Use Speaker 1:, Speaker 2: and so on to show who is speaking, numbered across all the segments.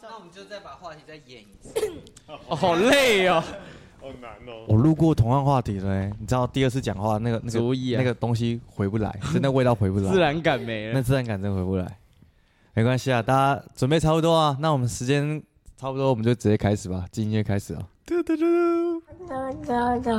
Speaker 1: 那我们就再把话题再演一次。
Speaker 2: 哦，好累哦。
Speaker 3: 好难哦。
Speaker 4: 我路过同样话题了、欸，你知道第二次讲话那个那个
Speaker 2: 足以啊
Speaker 4: 那个东西回 不来，真的味道回不来，
Speaker 2: 自然感没
Speaker 4: 那
Speaker 2: 了。
Speaker 4: 自然感真回不来。没关系啊，大家准备差不多啊，那我们时间差不多，我们就直接开始吧，进音乐开始啊。
Speaker 2: 嘟嘟嘟嘟，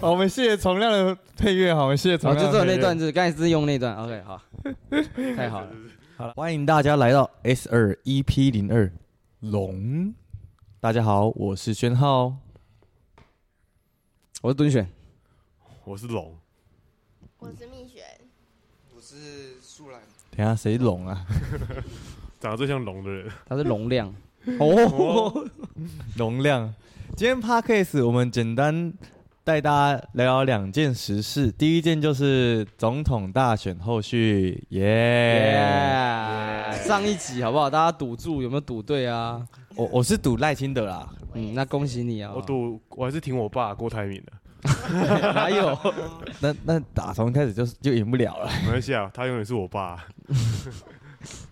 Speaker 4: 好，我们谢谢从亮的配乐，好，我们谢谢从
Speaker 2: 好，
Speaker 4: 亮
Speaker 2: 就
Speaker 4: 的
Speaker 2: 只有
Speaker 4: 配乐
Speaker 2: 那段，就刚才是用那段。OK，好， 太好了。
Speaker 4: 好了，欢迎大家来到 S 二 EP 零二龙。大家好，我是宣浩。
Speaker 2: 我是敦选，
Speaker 3: 我是龙，
Speaker 5: 我是蜜雪，
Speaker 1: 我是树兰，
Speaker 4: 等一下谁龙啊？
Speaker 3: 长得最像龙的人。
Speaker 2: 他是容 量。哦，
Speaker 4: 容量。今天 podcast 我们简单带大家聊聊两件实事。第一件就是总统大选后续，耶、
Speaker 2: 耶！上一集好不好？大家赌注有没有赌对啊？
Speaker 4: 我我是赌赖清德啦，
Speaker 2: 嗯，那恭喜你啊！
Speaker 3: 我赌，我还是挺我爸郭台 铭的。
Speaker 2: 哪 有？
Speaker 4: 那那打从一开始就就赢不了了。
Speaker 3: 没关系啊，他永远是我爸。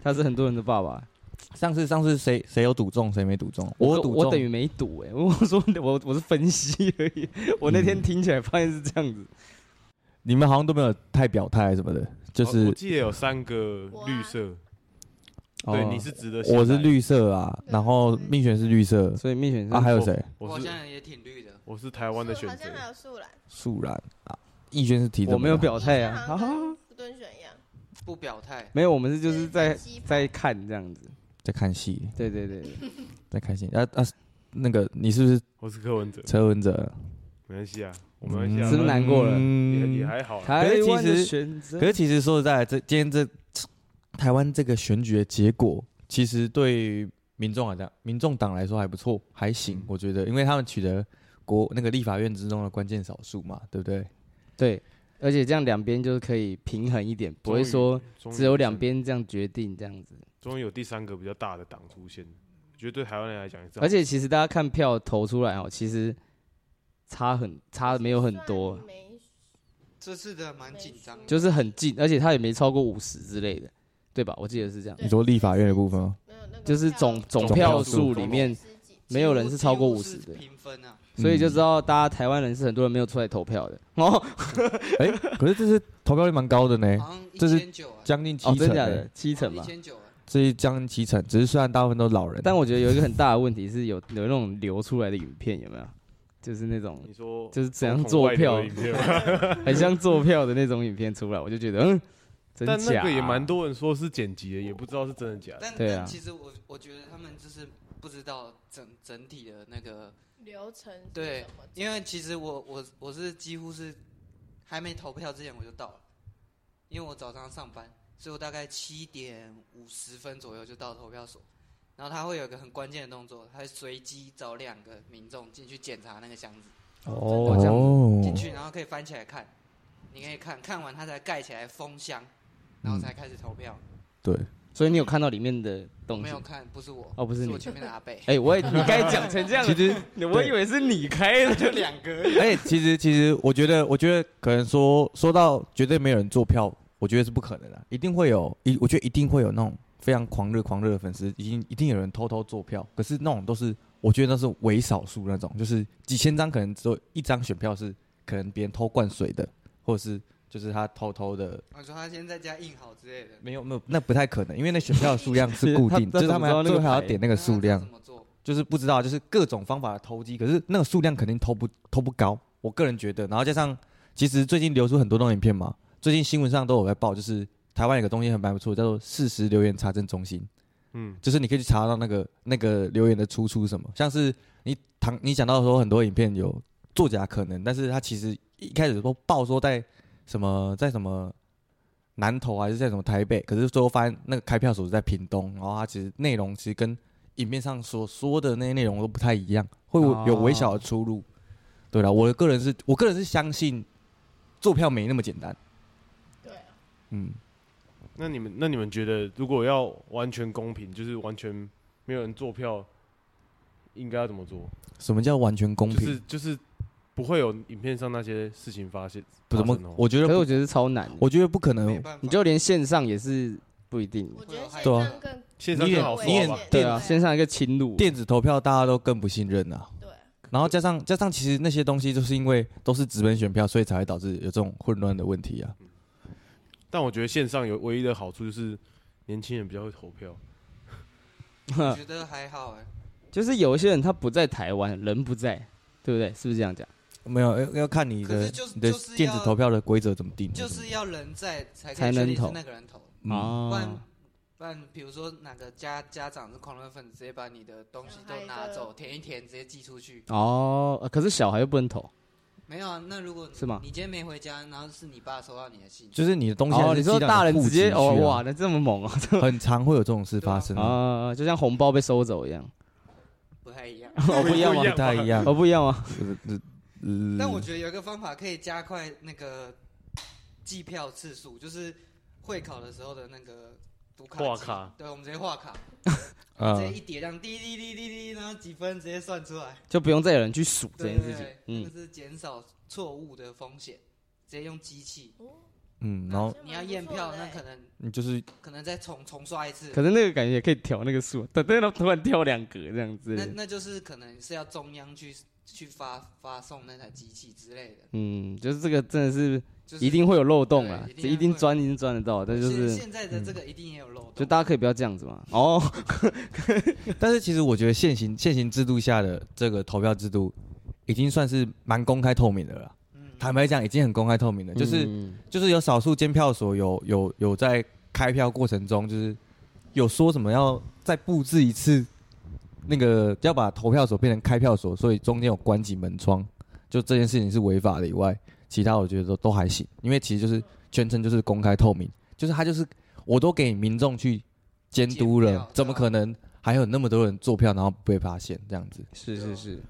Speaker 2: 他是很多人的爸爸。
Speaker 4: 上次上次谁谁有赌中，谁没赌中？
Speaker 2: 我
Speaker 4: 赌中，
Speaker 2: 我等于没赌哎、我说我我是分析而已。我那天听起来发现是这样子，
Speaker 4: 你们好像都没有太表态什么的，就
Speaker 3: 哦
Speaker 4: 是
Speaker 3: 我、记得有三个
Speaker 5: 啊
Speaker 3: 绿色，
Speaker 2: 哦
Speaker 3: 哦对，你是值得。
Speaker 4: 哦我是，绿色啊，
Speaker 5: 对
Speaker 4: 然后命悬是绿色
Speaker 2: 所以蜜选是、
Speaker 4: 啊，还有谁？
Speaker 1: 我
Speaker 3: 我
Speaker 1: 好
Speaker 3: 是
Speaker 1: 像也挺绿的。
Speaker 3: 我是台湾的
Speaker 5: 树
Speaker 3: 选
Speaker 5: 好像还
Speaker 3: 择。
Speaker 5: 有树懒，
Speaker 4: 素然啊，逸轩是提怎么
Speaker 2: 我没有
Speaker 4: 了
Speaker 2: 表态啊，
Speaker 5: 好
Speaker 2: 哈哈
Speaker 5: 像跟蹲选一样，
Speaker 1: 不表态，
Speaker 2: 没有，我们是就是在
Speaker 5: 鸡排
Speaker 2: 在看这样子，
Speaker 4: 在看戏，
Speaker 2: 对对对，对
Speaker 4: 在看戏啊啊，那个你是不是
Speaker 3: 我是柯文哲，
Speaker 4: 车文哲，
Speaker 3: 没关系啊，我没关系啊
Speaker 2: 嗯是不，是难过了
Speaker 4: 嗯
Speaker 3: 也也还好啦。
Speaker 2: 台湾的
Speaker 4: 可是其实
Speaker 2: 选择
Speaker 4: 可是其实说实在的，这今天这台湾这个选举的结果，其实对民众来讲，民众党来说还不错，还
Speaker 3: 嗯
Speaker 4: 行，我觉得，因为他们取得国那个立法院之中的关键少数嘛，对不对？
Speaker 2: 对，而且这样两边就是可以平衡一点，不会说
Speaker 3: 终于
Speaker 2: 只有两，边这样决定这样子。
Speaker 3: 终于有第三个比较大的党出现，我觉得对台啊湾人来讲也是好，
Speaker 2: 而且其实大家看票投出来哦，其实差很差没有很多
Speaker 5: 虽然，没
Speaker 1: 这次的蛮紧张的，
Speaker 2: 就是很近，而且他也没超过五十之类的，对吧？我记得是这样。
Speaker 5: 对
Speaker 4: 你说立法院的部 分吗，
Speaker 5: 没有那个
Speaker 2: 就是总总
Speaker 3: 总
Speaker 2: 票
Speaker 3: 票
Speaker 2: 数
Speaker 3: 数
Speaker 2: 里面
Speaker 5: 十几
Speaker 2: 没有人是超过
Speaker 1: 几乎
Speaker 2: 五
Speaker 1: 是
Speaker 2: 十的，
Speaker 1: 平分啊，
Speaker 3: 嗯
Speaker 2: 所以就知道大家台湾人是很多人没有出来投票的。哦，
Speaker 4: 哎、可是这次投票率蛮高的
Speaker 2: 哎
Speaker 4: 呢，
Speaker 1: 好像一
Speaker 4: 这是
Speaker 1: 千九啊，
Speaker 4: 将近七
Speaker 2: 哦，
Speaker 4: 成、
Speaker 2: 真的假
Speaker 4: 欸
Speaker 2: 的，？七成
Speaker 1: 一
Speaker 2: 嘛。
Speaker 1: 千九啊，
Speaker 4: 这是将近七成，只是虽然大部分都是老人，
Speaker 2: 但我觉得有一个很大的问题是有有那种流出来的影片有没有？就是那种
Speaker 3: 你说
Speaker 2: 就是怎样
Speaker 3: 总统
Speaker 2: 做
Speaker 3: 外流
Speaker 2: 票啊
Speaker 3: 的，影片 吗
Speaker 2: 很像做票的那种影片出来，我就觉得嗯，真
Speaker 3: 但
Speaker 2: 假
Speaker 3: 那
Speaker 2: 啊？
Speaker 3: 个也蛮多人说是剪辑的，也不知道是真的假的。
Speaker 1: 但
Speaker 2: 对啊
Speaker 1: 但其实我我觉得他们就是不知道整整体的那个，
Speaker 5: 流程是
Speaker 1: 对
Speaker 5: 怎么走
Speaker 1: 因为其实我我我是几乎是还没投票之前我就到了，因为我早上上班，所以我大概七点五十分左右就到投票所。然后他会有一个很关键的动作，他会随机找两个民众进去检查那个箱子。
Speaker 2: 哦
Speaker 1: 这样
Speaker 4: 哦，
Speaker 1: 进去，然后可以翻起来看，你可以看看完它才盖起来封箱，然后才开始投票。
Speaker 4: 对，
Speaker 2: 所以你有看到里面的东
Speaker 1: 没
Speaker 2: 西
Speaker 1: 有？看，不是我，
Speaker 2: 嗯哦不是
Speaker 1: 是
Speaker 2: 你，
Speaker 1: 我前面的阿贝
Speaker 2: 哎，我也你该讲成这样，
Speaker 4: 其实
Speaker 2: 我以为是你开的，
Speaker 1: 就两 个。
Speaker 4: 而且哎其实其实，我觉得我觉得可能说说到绝对没有人做票，我觉得是不可能的，啊一定会有一，我觉得一定会有那种非常狂热狂热的粉丝，一定一定有人偷偷做票，可是那种都是我觉得那是为少数那种，就是几千张可能只有一张选票是可能别人偷灌水的，或者是就是他偷偷的
Speaker 1: 我说他先在家印好之类的，
Speaker 4: 没有没有，那不太可能，因为那选票的 数量是固定，
Speaker 2: 他
Speaker 4: 就是他们
Speaker 2: 他
Speaker 4: 要
Speaker 2: 怎么知道那个啊
Speaker 4: 最后还要
Speaker 2: 牌
Speaker 4: 点那个
Speaker 1: 那
Speaker 4: 数
Speaker 1: 他
Speaker 4: 量
Speaker 1: 怎。么做？
Speaker 4: 就是不知道，就是各种方法的偷鸡，可是那个数量肯定偷不偷不高，我个人觉得。然后加上，其实最近流出很多种影片嘛，最近新闻上都有在报，就是台湾有个东西很蛮不错，叫做事实留言查证中心，
Speaker 3: 嗯，
Speaker 4: 就是你可以去查到那个那个留言的出处是什么。像是你唐你讲到说很多影片有作假可能，但是他其实一开始都报说在什么在什么。南投啊还是在什么台北，可是最后发现那个开票所是在屏东，然后它其实内容其实跟影片上所说的那些内容都不太一样，会有
Speaker 2: 哦
Speaker 4: 有微小的出入。对了，我的个人是我个人是相信做票没那么简单。
Speaker 5: 对啊，
Speaker 4: 嗯，
Speaker 3: 那你们那你们觉得，如果要完全公平，就是完全没有人做票，应该要怎么做？
Speaker 4: 什么叫完全公
Speaker 3: 就
Speaker 4: 平？
Speaker 3: 是就是不会有影片上那些事情发现。
Speaker 4: 不怎么
Speaker 3: 发生哦，
Speaker 4: 我觉
Speaker 2: 可 是
Speaker 4: 得
Speaker 2: 我
Speaker 4: 不
Speaker 2: 觉得是超难的，
Speaker 4: 我觉得不可能
Speaker 1: 没，办法，
Speaker 2: 哎你就连线上也是不一定，
Speaker 5: 我觉得线
Speaker 1: 对
Speaker 4: 啊
Speaker 5: 上更
Speaker 3: 线上
Speaker 4: 你也
Speaker 3: 更好
Speaker 5: 我
Speaker 3: 说
Speaker 4: 你也
Speaker 3: 吧
Speaker 5: 也
Speaker 2: 对
Speaker 4: 电
Speaker 2: 啊，
Speaker 5: 子
Speaker 2: 线上一个侵入，
Speaker 4: 电子投票大家都更不信任啊。
Speaker 5: 对，
Speaker 4: 然后加上加上，其实那些东西就是因为都是直奔选票，所以才会导致有这种混乱的问题啊。
Speaker 3: 但我觉得线上有唯一的好处就是年轻人比较会投票，
Speaker 1: 我觉得还好哎、
Speaker 2: 就是有一些人他不在台湾，人不在，对不对？是不是这样讲？
Speaker 4: 没有要要看你
Speaker 1: 可
Speaker 4: 的
Speaker 1: 是就是
Speaker 4: 你的
Speaker 1: 就是要
Speaker 4: 电子投票的规则怎么定，
Speaker 1: 就是要人在才可
Speaker 2: 才
Speaker 1: 以
Speaker 2: 能
Speaker 1: 确定
Speaker 2: 投
Speaker 1: 是那个人投，
Speaker 4: 啊，
Speaker 1: 不然
Speaker 2: 哦，
Speaker 1: 不然比如说哪个家家长是狂热分子，直接把你的东西都拿走，填一填直接寄出去。
Speaker 2: 哦，呃可是小孩又不能投，
Speaker 1: 没有啊，那如果
Speaker 2: 是吗
Speaker 1: 你今天没回家，然后是你爸收到你的信，
Speaker 4: 就是你的东西还
Speaker 2: 哦，
Speaker 4: 是
Speaker 2: 你说
Speaker 4: 寄到
Speaker 2: 大人
Speaker 4: 户
Speaker 2: 直接
Speaker 4: 籍去啊
Speaker 2: 哦哇，，那这么猛啊
Speaker 4: 很常会有这种事 发生啊，
Speaker 2: 啊，就像红包被收走一样，
Speaker 1: 不太一样。
Speaker 2: 哦不一样吗？
Speaker 4: 不太一样
Speaker 2: 哦。不一样吗？
Speaker 4: 嗯
Speaker 1: 但我觉得有一个方法可以加快那个计票次数，就是会考的时候的那个读卡机
Speaker 3: 画卡，
Speaker 1: 对，我们直接画 卡，
Speaker 4: 啊
Speaker 1: 直接一叠这样滴滴滴滴滴，然后几分直接算出来。
Speaker 2: 就不用再有人去数这
Speaker 1: 对
Speaker 2: 件
Speaker 1: 对
Speaker 2: 事情
Speaker 1: 对，，那个，
Speaker 2: 嗯
Speaker 1: 是减少错误的风险，直接用机器。
Speaker 5: 哦
Speaker 4: 嗯，然后
Speaker 1: 你要验票，那可
Speaker 5: 能
Speaker 1: 能
Speaker 4: 你就是
Speaker 1: 可能再重重刷一次。
Speaker 2: 可是那个感觉也可以调那个数，等等到突然跳两格这样
Speaker 1: 那
Speaker 2: 子，
Speaker 1: 那就是可能是要中央去去发发送那台机器之类的，
Speaker 2: 嗯，就是这个真的是
Speaker 1: 就是
Speaker 2: 一定会有漏洞啦，
Speaker 1: 对一定
Speaker 2: 这
Speaker 1: 会
Speaker 2: 一定钻一定钻得到，但就
Speaker 1: 现
Speaker 2: 是嗯
Speaker 1: 现在的这个一定也有漏
Speaker 2: 就
Speaker 1: 洞。
Speaker 2: 大家可以不要这样子嘛，哦，
Speaker 4: 但是其实我觉得现行现行制度下的这个投票制度，已经算是蛮公开透明的了。
Speaker 1: 嗯
Speaker 4: 坦白讲，已经很公开透明了，就是、
Speaker 2: 嗯
Speaker 4: 就是有少数监票所有有有在开票过程中，就是有说什么要再布置一次那个要把投票所变成开票所，所以中间有关紧门窗，就这件事情是违法的以外，其他我觉得都都还行，因为其实就是全程就是公开透明，就是他就是我都给民众去监督
Speaker 1: 监票
Speaker 4: 了
Speaker 1: 对，
Speaker 4: 怎么
Speaker 1: 啊
Speaker 4: 可能还有那么多人做票然后被发现这样子？
Speaker 2: 是是是，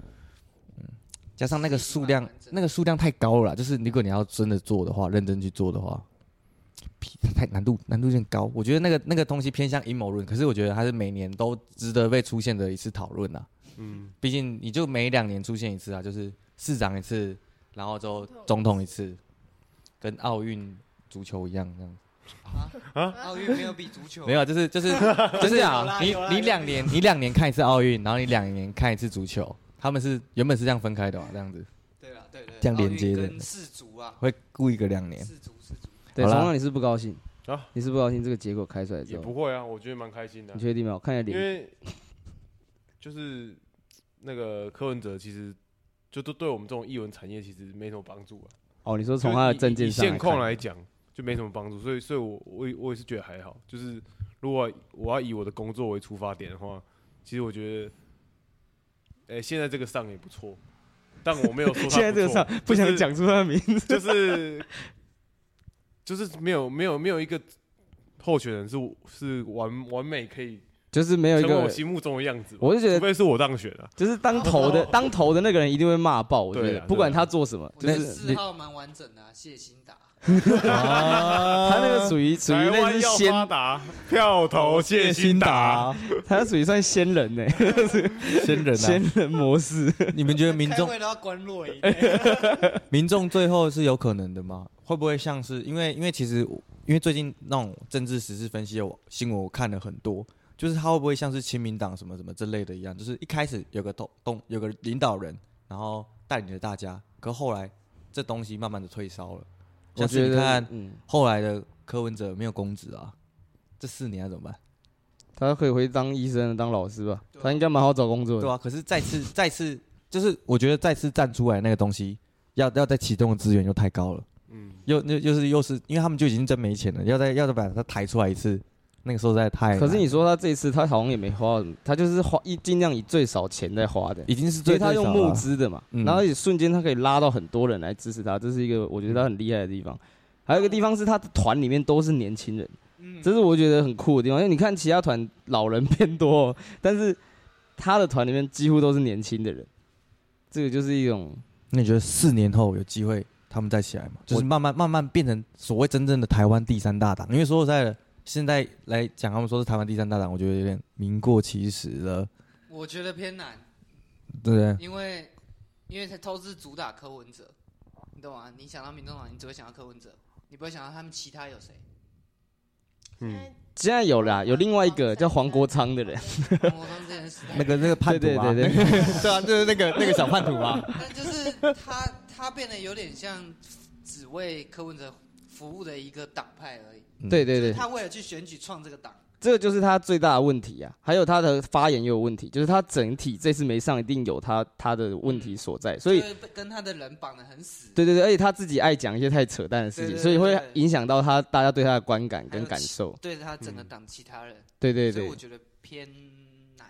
Speaker 4: 加上那个
Speaker 1: 其实已经
Speaker 4: 数
Speaker 1: 蛮
Speaker 4: 量
Speaker 1: 完整，
Speaker 4: 那个数量太高了啦，就是如果你要真的做的话，认真去做的话，比太难度难度有点高。我觉得那个那个东西偏向阴谋论，可是我觉得它是每年都值得被出现的一次讨论啊。
Speaker 3: 嗯，
Speaker 4: 毕竟你就每两年出现一次啊，就是市长一次，然后之后
Speaker 5: 总
Speaker 4: 总
Speaker 5: 统
Speaker 4: 统
Speaker 5: 一
Speaker 4: 一
Speaker 5: 次
Speaker 4: 次，跟奥运足球一样这样。
Speaker 1: 奥运没有比足球
Speaker 4: 啊没有，啊就是 就是就是
Speaker 1: 有啦
Speaker 4: 啊，你
Speaker 1: 有啦
Speaker 4: 你
Speaker 1: 有
Speaker 4: 两年你两年看一次奥运，然后你两年看一次足球，他们是原本是这样分开的、啊，这样子
Speaker 1: 对啦对对，
Speaker 4: 这样连接
Speaker 1: 奥
Speaker 4: 的
Speaker 1: 运跟世足啊，
Speaker 4: 会顾一个两年。
Speaker 1: 世足世足，
Speaker 2: 对，
Speaker 4: 好啦
Speaker 2: 从让你是不高兴
Speaker 3: 啊
Speaker 2: 你是不高兴这个结果开出来之
Speaker 3: 也
Speaker 2: 后，
Speaker 3: 不会啊，我觉得蛮开心的
Speaker 2: 你，确定吗？我看一下脸，
Speaker 3: 因为就是那个柯文哲其实就都对我们这种艺文产业其实没什么帮助啊。
Speaker 2: 哦，你说
Speaker 3: 就
Speaker 2: 从
Speaker 3: 是
Speaker 2: 他的
Speaker 3: 以
Speaker 2: 证件
Speaker 3: 以
Speaker 2: 上
Speaker 3: 现况来
Speaker 2: 看
Speaker 3: 讲就没什么帮助，所以所以我我也我也是觉得还好，就是如果我要以我的工作为出发点的话，其实我觉得，哎、现在这个上也不错，但我没有 说它
Speaker 2: 现在这个
Speaker 3: 错
Speaker 2: 上不想，讲出他的名字，
Speaker 3: 就是就是、就是没有没有没有一个候选人是是完完美可以
Speaker 2: 就是没有
Speaker 3: 成
Speaker 2: 一
Speaker 3: 为我
Speaker 2: 个，
Speaker 3: 心目中的样子吧，
Speaker 2: 我是觉
Speaker 3: 除
Speaker 2: 得
Speaker 3: 非是我当选啊了、
Speaker 2: 就是当头的当头的那个人一定会骂爆，我觉
Speaker 3: 对
Speaker 2: 得
Speaker 3: 啊
Speaker 2: 不管
Speaker 3: 对啊
Speaker 2: 他做什么，
Speaker 1: 我
Speaker 2: 就
Speaker 1: 觉得
Speaker 2: 是啊
Speaker 1: 四号蛮完整的啊，谢欣达。
Speaker 2: 他那个属于属于
Speaker 3: 啊台
Speaker 2: 那
Speaker 3: 湾
Speaker 2: 是
Speaker 3: 要
Speaker 2: 先，
Speaker 3: 发达，票投谢
Speaker 4: 新
Speaker 3: 欣达。，
Speaker 2: 他属于算仙人 呢，
Speaker 4: 仙人
Speaker 2: 仙
Speaker 4: 啊！
Speaker 2: 人模式。
Speaker 4: 你们觉得民
Speaker 1: 开
Speaker 4: 众
Speaker 1: 会都要关落一
Speaker 4: 民众最后是有可能的吗？会不会像是因为因为其实我因为最近那种政治时事分析的我新闻我看了很多，就是他会不会像是亲民党什么什么之类的一样，就是一开始有个动动有个领导人，然后带领着大家，可后来这东西慢慢的退烧了。
Speaker 2: 我
Speaker 4: 像是
Speaker 2: 觉
Speaker 4: 你
Speaker 2: 得
Speaker 4: 看，
Speaker 2: 嗯，
Speaker 4: 后来的柯文哲没有公职啊，这四年要怎么办？
Speaker 2: 他可以回去当医生、当老师吧
Speaker 1: 对，啊
Speaker 2: 他应该蛮好找工作
Speaker 4: 对
Speaker 2: 的。
Speaker 4: 啊，可是再次再次就是我觉得再次站出来那个东西，要要再启动的资源又太高了。
Speaker 3: 嗯，
Speaker 4: 又又又是又是，因为他们就已经真没钱了，要再要再把它抬出来一次，那个时候实在太难。
Speaker 2: 可是你说他这一次他好像也没花什么，他就是花一尽量以最少钱在花的，
Speaker 4: 已经是
Speaker 2: 所
Speaker 4: 最
Speaker 2: 以他用募
Speaker 4: 资，
Speaker 2: 资的嘛，
Speaker 4: 嗯
Speaker 2: 然后也瞬间他可以拉到很多人来支持他，这是一个我觉得他很厉害的地方。还有一个地方是他的团里面都是年轻人，
Speaker 1: 嗯
Speaker 2: 这是我觉得很酷的地方。因为你看其他团老人偏多哦，但是他的团里面几乎都是年轻的人，这个就是一种
Speaker 4: 那你觉得四年后有机会他们再起来吗？就是慢慢慢慢变成所谓真正的台湾第三大党，因为说实在的，现在来讲他们说是台湾第三大党，我觉得有点名过其实了，
Speaker 1: 我觉得偏难，
Speaker 4: 对不对？
Speaker 1: 因为因为他都是主打柯文哲，你懂吗？你想到民众党，你只会想到柯文哲，你不会想到他们其他有 谁。
Speaker 5: 现
Speaker 3: 嗯，
Speaker 5: 在
Speaker 2: 现在有啦，有另外一个叫黄国昌的人，
Speaker 1: 黄国昌这人时代
Speaker 4: 那个那个叛徒啊，
Speaker 2: 对对
Speaker 4: 对对，对啊，就是那个那个小叛徒啊，
Speaker 1: 但就是他他变得有点像只为柯文哲服务的一个党派而已。
Speaker 4: 嗯
Speaker 2: 对对
Speaker 1: 就是
Speaker 2: 对，
Speaker 1: 他为了去选举创这个党，
Speaker 2: 这个就是他最大的问题啊，还有他的发言也有问题，就是他整体这次没上，一定有他他的问题所在，所以
Speaker 1: 就是被跟他的人绑得很死。
Speaker 2: 对对对，而且他自己爱讲一些太扯淡的事
Speaker 1: 对
Speaker 2: 情，
Speaker 1: 对
Speaker 2: 所以
Speaker 1: 对
Speaker 2: 会
Speaker 1: 对对
Speaker 2: 影响到他大家对他的观感
Speaker 1: 还
Speaker 2: 跟
Speaker 1: 有
Speaker 2: 感
Speaker 1: 其
Speaker 2: 受，
Speaker 1: 对他整个
Speaker 3: 嗯
Speaker 1: 党其他人，
Speaker 2: 对对
Speaker 1: 所以
Speaker 2: 对
Speaker 1: 我，觉得偏难。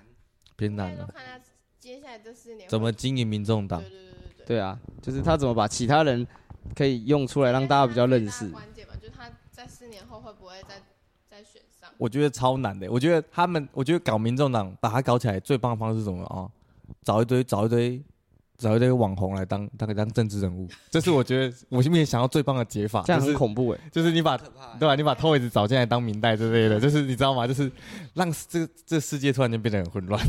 Speaker 4: 偏
Speaker 5: 应
Speaker 4: 难
Speaker 5: 该都
Speaker 4: 了。
Speaker 5: 看他接下来这四年会
Speaker 4: 怎么经营民众党
Speaker 5: 对？对对对对，
Speaker 2: 对啊，就是他怎么把其他人可以用出来让大家比较认
Speaker 5: 应
Speaker 2: 识
Speaker 5: 该是他最大的，关键吧，就是他在四年后会不会再再选上？
Speaker 4: 我觉得超难的。我觉得他们，我觉得搞民众党把它搞起来最棒的方式是什么啊？找一堆找一堆找一堆网红来当当当政治人物，这是我觉得我目前想到最棒的解法，
Speaker 2: 这
Speaker 4: 就
Speaker 2: 样很
Speaker 4: 是
Speaker 2: 恐怖哎、
Speaker 4: 就是你把
Speaker 1: 可 怕欸、
Speaker 4: 对吧、你把 Toys 找进来当明代之类的，就是你知道吗？就是让这这世界突然间变得很混乱，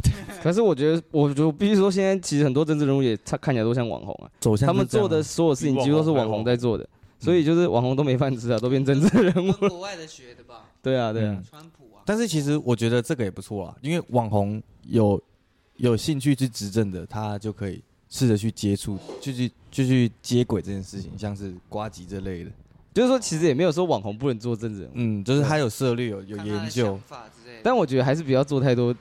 Speaker 2: 可是我觉得，我就必须说，现在其实很多政治人物也看看起来都像网红啊，
Speaker 4: 走向
Speaker 2: 他们做的所有事情几乎都是网红在做的，所以就是网红都没饭吃啊，都变政治人物。
Speaker 1: 跟国外的学的吧，
Speaker 2: 对啊，对啊
Speaker 4: 嗯，
Speaker 1: 川普啊，
Speaker 4: 但是其实我觉得这个也不错啊，因为网红有有兴趣去执政的，他就可以试着去接触，就去就去接轨这件事情，像是瓜吉这类的，
Speaker 2: 就是说其实也没有说网红不能做政治人物，
Speaker 4: 嗯，就是他有涉猎，有有
Speaker 1: 看他的
Speaker 4: 研究
Speaker 1: 想，法之类的。
Speaker 2: 但我觉得还是不要做太多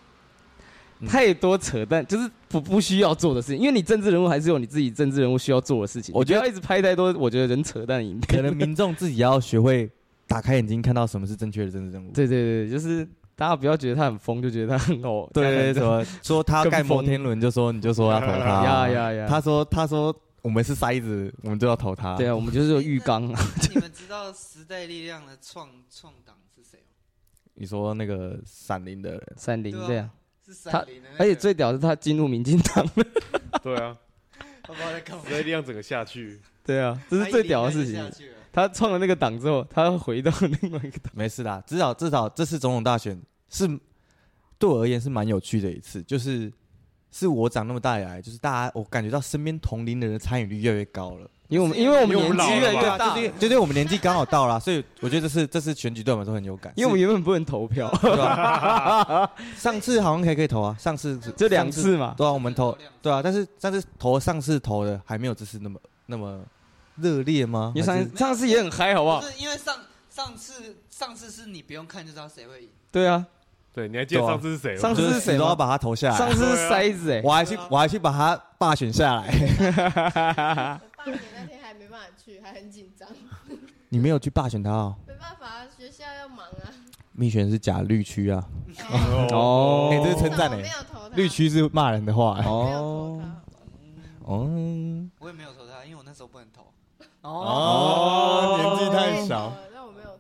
Speaker 4: 嗯
Speaker 2: 太多扯淡，就是不不需要做的事情，因为你政治人物还是有你自己政治人物需要做的事情。
Speaker 4: 我觉
Speaker 2: 你
Speaker 4: 得
Speaker 2: 不要一直拍太多我觉得人扯淡的影
Speaker 4: 可
Speaker 2: 片。
Speaker 4: 能民众自己要学会打开眼睛，看到什么是正确的政治 人物。
Speaker 2: 对对对，就是大家不要觉得他很疯，就觉得他很哦，
Speaker 4: 对，什么说他盖摩天轮，就说你就说要投他，
Speaker 2: 呀呀呀，
Speaker 4: 他说他说我们是筛子，我们就要投 他，
Speaker 2: 对啊，我们就是有浴缸 啊，
Speaker 1: 你们知道时代力量的创创党是谁吗？
Speaker 4: 你说那个闪灵的人，
Speaker 2: 三菱
Speaker 1: 对啊
Speaker 2: 这样。
Speaker 1: 是闪灵的那个
Speaker 2: 而且最屌的是他进入民进党，
Speaker 3: 对啊，
Speaker 1: 我不知道在干嘛
Speaker 3: 时，代力量整个下去，
Speaker 2: 对啊，这是最屌的事
Speaker 1: 他一离开就
Speaker 2: 情
Speaker 1: 下。去了
Speaker 2: 他创了那个党之后，他回到另外一个党，
Speaker 4: 没事啦，至少至少这次总统大选是对我而言是蛮有趣的一次，就是是我长那么大以来，就是大家我感觉到身边同龄的人的参与率越来越高了，啊
Speaker 2: 因为我们因为我们
Speaker 3: 因为我
Speaker 2: 年
Speaker 3: 们
Speaker 2: 纪越来
Speaker 3: 老了
Speaker 2: 越大，
Speaker 4: 就是就是我们年纪刚好到了，所以我觉得这次这次选举对我们来说很有感，
Speaker 2: 因为我们原本不能投票，
Speaker 4: 是 对吧上次好像可以可以投啊，上次
Speaker 2: 就两
Speaker 4: 上
Speaker 2: 次嘛。
Speaker 4: 对啊，我们投
Speaker 1: 流量
Speaker 4: 对啊，但是但是投上次投的还没有这次那么那么热烈吗？
Speaker 2: 因为
Speaker 4: 还是
Speaker 2: 上上次也很嗨，哦好不好
Speaker 1: 不？是因为上上次上次是你不用看就知道谁会赢，
Speaker 2: 对啊，
Speaker 3: 对，你还记得
Speaker 4: 对啊
Speaker 3: 上次是谁吗？
Speaker 2: 上次
Speaker 4: 就是是
Speaker 2: 谁
Speaker 4: 死都
Speaker 2: 吗
Speaker 4: 要把它投下来，
Speaker 2: 上次是筛子哎，
Speaker 4: 我还去我还去把它罢选下来。
Speaker 5: 我罢免那天还没办法去，还很紧张，
Speaker 4: 你没有去罢选它哦，
Speaker 5: 没办法啊，学校要忙啊。
Speaker 4: 蜜选是假绿区啊，
Speaker 2: 哦
Speaker 4: 哎这是称赞
Speaker 5: 我
Speaker 4: 欸
Speaker 5: 啊没有投他，
Speaker 4: 绿区是骂人的话、
Speaker 5: 没有啊投他，好不好
Speaker 4: 哦
Speaker 1: 我也没有投他，因为我那时候不能投。
Speaker 4: 哦，年纪太
Speaker 5: 我
Speaker 4: 小。
Speaker 5: 没有投但我没有啊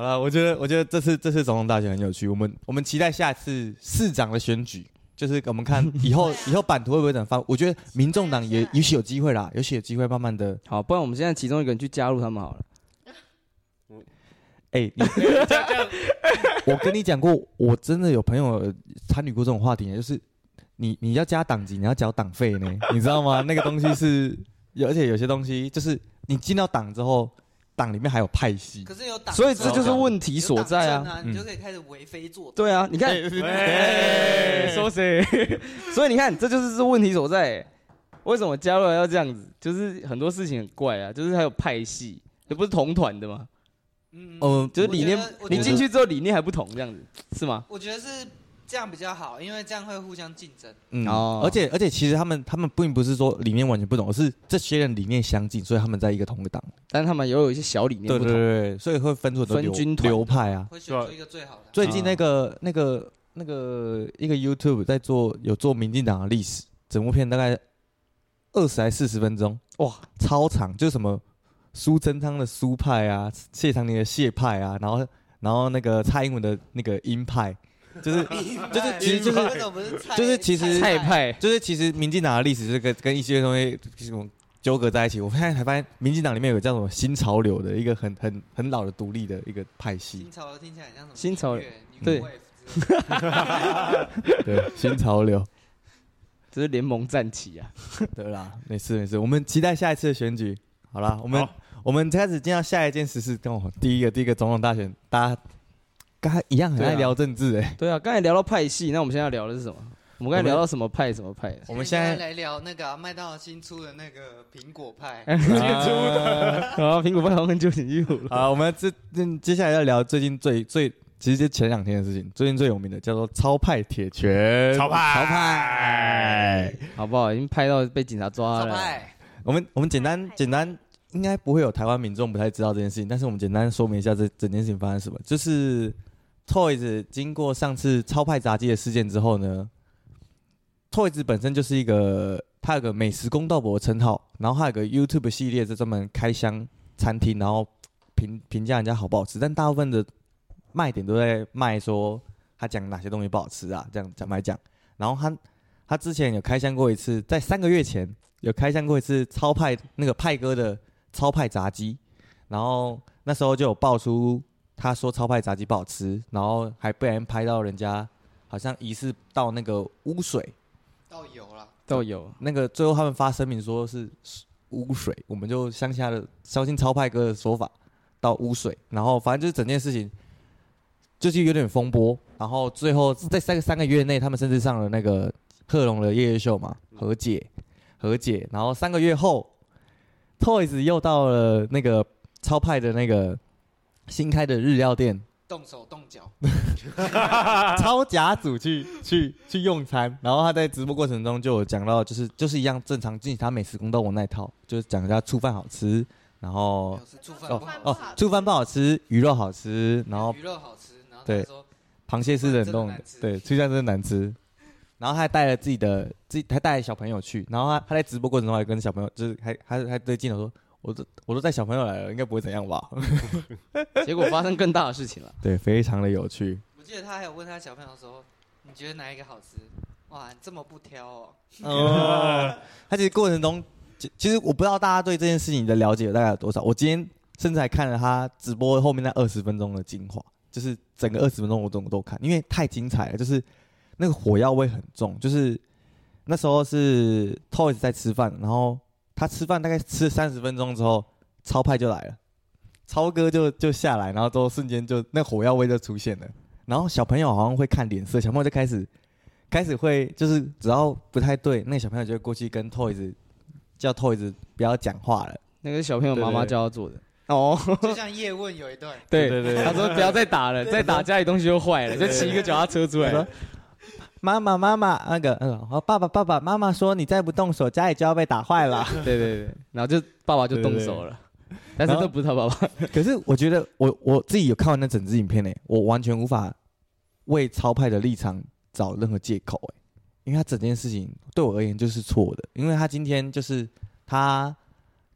Speaker 4: 好了，我觉得我觉得这次这次总统大选很有趣，我们我们期待下次市长的选举。就是我们看以后
Speaker 5: 对啊
Speaker 4: 以后版图会不会转翻？我觉得民众党也
Speaker 5: 对啊
Speaker 4: 也许有机会啦，也许有机会慢慢的。
Speaker 2: 好，不然我们现在其中一个人去加入他们好了。
Speaker 4: 哎、你我跟你讲过，我真的有朋友参与过这种话题，就是你你要加党籍，你要缴党费呢， 你知道吗？那个东西是，有而且有些东西就是你进到党之后，党里面还有派系
Speaker 1: 可。是有党，啊
Speaker 2: 所以这啊就是问题
Speaker 1: 有党
Speaker 2: 所在
Speaker 1: 政
Speaker 2: 啊。
Speaker 1: 你就可以开始为非作歹。
Speaker 2: 对啊，你看，
Speaker 3: 哎
Speaker 2: 说谁？ 所以你看，这就是这问题所在欸。为什么加入了要这样子？就是很多事情很怪啊，就是还有派系，这不是同团的吗？
Speaker 1: 嗯，
Speaker 4: 嗯，
Speaker 2: 就是理念
Speaker 1: 我觉得，我觉
Speaker 2: 你
Speaker 1: 得
Speaker 2: 进去之后理念还不同，这样子是吗？
Speaker 1: 我觉得是这样比较好，因为这样会互相竞争。
Speaker 4: 嗯，
Speaker 2: 哦
Speaker 4: 而且而且其实他们他们并不是说理念完全不同，而是这些人理念相近，所以他们在一个同个党。
Speaker 2: 但是他们也有一些小理念
Speaker 4: 对
Speaker 2: 不
Speaker 4: 对
Speaker 2: 同。
Speaker 4: 对，所以会分出很多
Speaker 2: 分
Speaker 4: 流
Speaker 2: 军团
Speaker 4: 流派啊。
Speaker 1: 会选出一个最好的。
Speaker 4: 最近那个、那个那个一个 YouTube 在做有做民进党的历史整部片，大概二十还四十分钟，
Speaker 2: 哇，
Speaker 4: 超长，就是什么苏贞昌的苏派啊，谢长廷的谢派啊，然后然后那个蔡英文的那个鹰派， 就是就是其实就是
Speaker 1: 那种不是菜
Speaker 4: 就是其实
Speaker 2: 菜派
Speaker 4: 就是其实民进党的历史是跟跟一些东西什么纠葛在一起。我现在才发现，民进党里面有叫什么新潮流的一个很很很老的独立的一个派 系
Speaker 1: 新，潮流听起来很像什么
Speaker 2: 新潮流
Speaker 1: 音乐
Speaker 2: 对，
Speaker 1: New Wave 之类的
Speaker 4: 对新潮流。
Speaker 2: 就是联盟战旗啊。
Speaker 4: 对啦，没事没事，我们期待下一次的选举。好啦，我们我们开始进到下一件实事。跟我第一个第一个总统大选，大家刚才一样很
Speaker 2: 对啊
Speaker 4: 爱聊政 治哎、
Speaker 2: 对啊，刚才聊到派系，那我们现在要聊的是什么？我们刚才聊到什么派什么派的？
Speaker 4: 我们现在
Speaker 1: 来聊那个啊麦、当劳新出的那个苹果派，
Speaker 2: 啊，苹果派好像很久没有了。
Speaker 4: 好，我们这这接下来要聊最近最最，其实就前两天的事情，最近最有名的叫做超派铁拳。
Speaker 3: 超派
Speaker 4: 超派。
Speaker 2: 好不好？已经拍到被警察抓
Speaker 1: 超
Speaker 2: 了。
Speaker 1: 派
Speaker 4: 我们我们简单
Speaker 5: 太
Speaker 4: 简单，应该不会有台湾民众不太知道这件事情，但是我们简单说明一下这整件事情发生什么。就是 Toys 经过上次超派炸鸡的事件之后呢，Toys 本身就是一个它有个美食公道伯的称号，然后它有个 YouTube 系列是专门开箱餐厅，然后评评价人家好不好吃，但大部分的卖点都在卖说他讲哪些东西不好吃啊，这样讲来讲。然后他他之前有开箱过一次，在三个月前有开箱过一次超派那个派哥的超派炸鸡，然后那时候就有爆出他说超派炸鸡不好吃，然后还被人拍到人家好像疑似倒那个污水，
Speaker 1: 倒油啦，
Speaker 2: 都有，
Speaker 4: 那个最后他们发声明说是污水，我们就乡下的相信超派哥的说法，到污水，然后反正就是整件事情就是有点风波，然后最后在三个三个月内，他们甚至上了那个贺龙的夜夜秀嘛，和解 和解，然后三个月后，Toys 又到了那个超派的那个新开的日料店，
Speaker 1: 动手动脚，
Speaker 4: 超甲组去去去用餐，然后他在直播过程中就有讲到，就是就是一样正常进行他美食公道我那一套，就是讲一下醋饭好吃，然后
Speaker 1: 表示触犯
Speaker 5: 哦
Speaker 1: 不好
Speaker 4: 哦
Speaker 5: 不好吃
Speaker 4: 醋饭不好吃，鱼肉好吃，然后
Speaker 1: 鱼肉好吃，然后他
Speaker 4: 对
Speaker 1: 说
Speaker 4: 螃蟹是冷冻
Speaker 1: 醋饭真的难
Speaker 4: 的，
Speaker 1: 吃
Speaker 4: 对，醋酱真的难吃。然后他还带了自己的自己，还带了小朋友去，然后他他在直播过程中还跟小朋友，就是还还还对镜头说，我都我都带小朋友来了，应该不会怎样吧？
Speaker 2: 结果发生更大的事 情了。
Speaker 4: 对，非常的有趣。
Speaker 1: 我记得他还有问他小朋友说，你觉得哪一个好吃？哇，你这么不挑 哦，
Speaker 4: 哦，他其实过程中，其其实我不知道大家对这件事情的了解大概有多少。我今天甚至还看了他直播后面那二十分钟的精华，就是整个二十分钟我总都看，因为太精彩了。就是那个火药味很重，就是那时候是 Toys 在吃饭，然后他吃饭大概吃三十分钟之后，超派就来了，超哥就就下来，然后之后瞬间就那火药味就出现了。然后小朋友好像会看脸色，小朋友就开始开始会就是只要不太对，那个小朋友就会过去跟 Toys 叫 Toys 不要讲话了。
Speaker 2: 那个小朋友妈妈
Speaker 4: 对对
Speaker 2: 教他做的。哦，
Speaker 1: 就像叶问有一 段，
Speaker 2: 对
Speaker 4: 对对对
Speaker 2: 他说不要再打了，再打家里东西就坏了，就骑一个脚踏车出来
Speaker 4: 他。说妈妈妈妈那个嗯，哦爸爸爸爸妈妈说你再不动手，家里就要被打坏了。
Speaker 2: 对对对，然后就爸爸就动手了，但是
Speaker 4: 然后
Speaker 2: 这不是他爸爸。
Speaker 4: 可是我觉得我我自己有看完那整支影片呢、我完全无法为超派的立场找任何借口哎、因为他整件事情对我而言就是错的，因为他今天就是他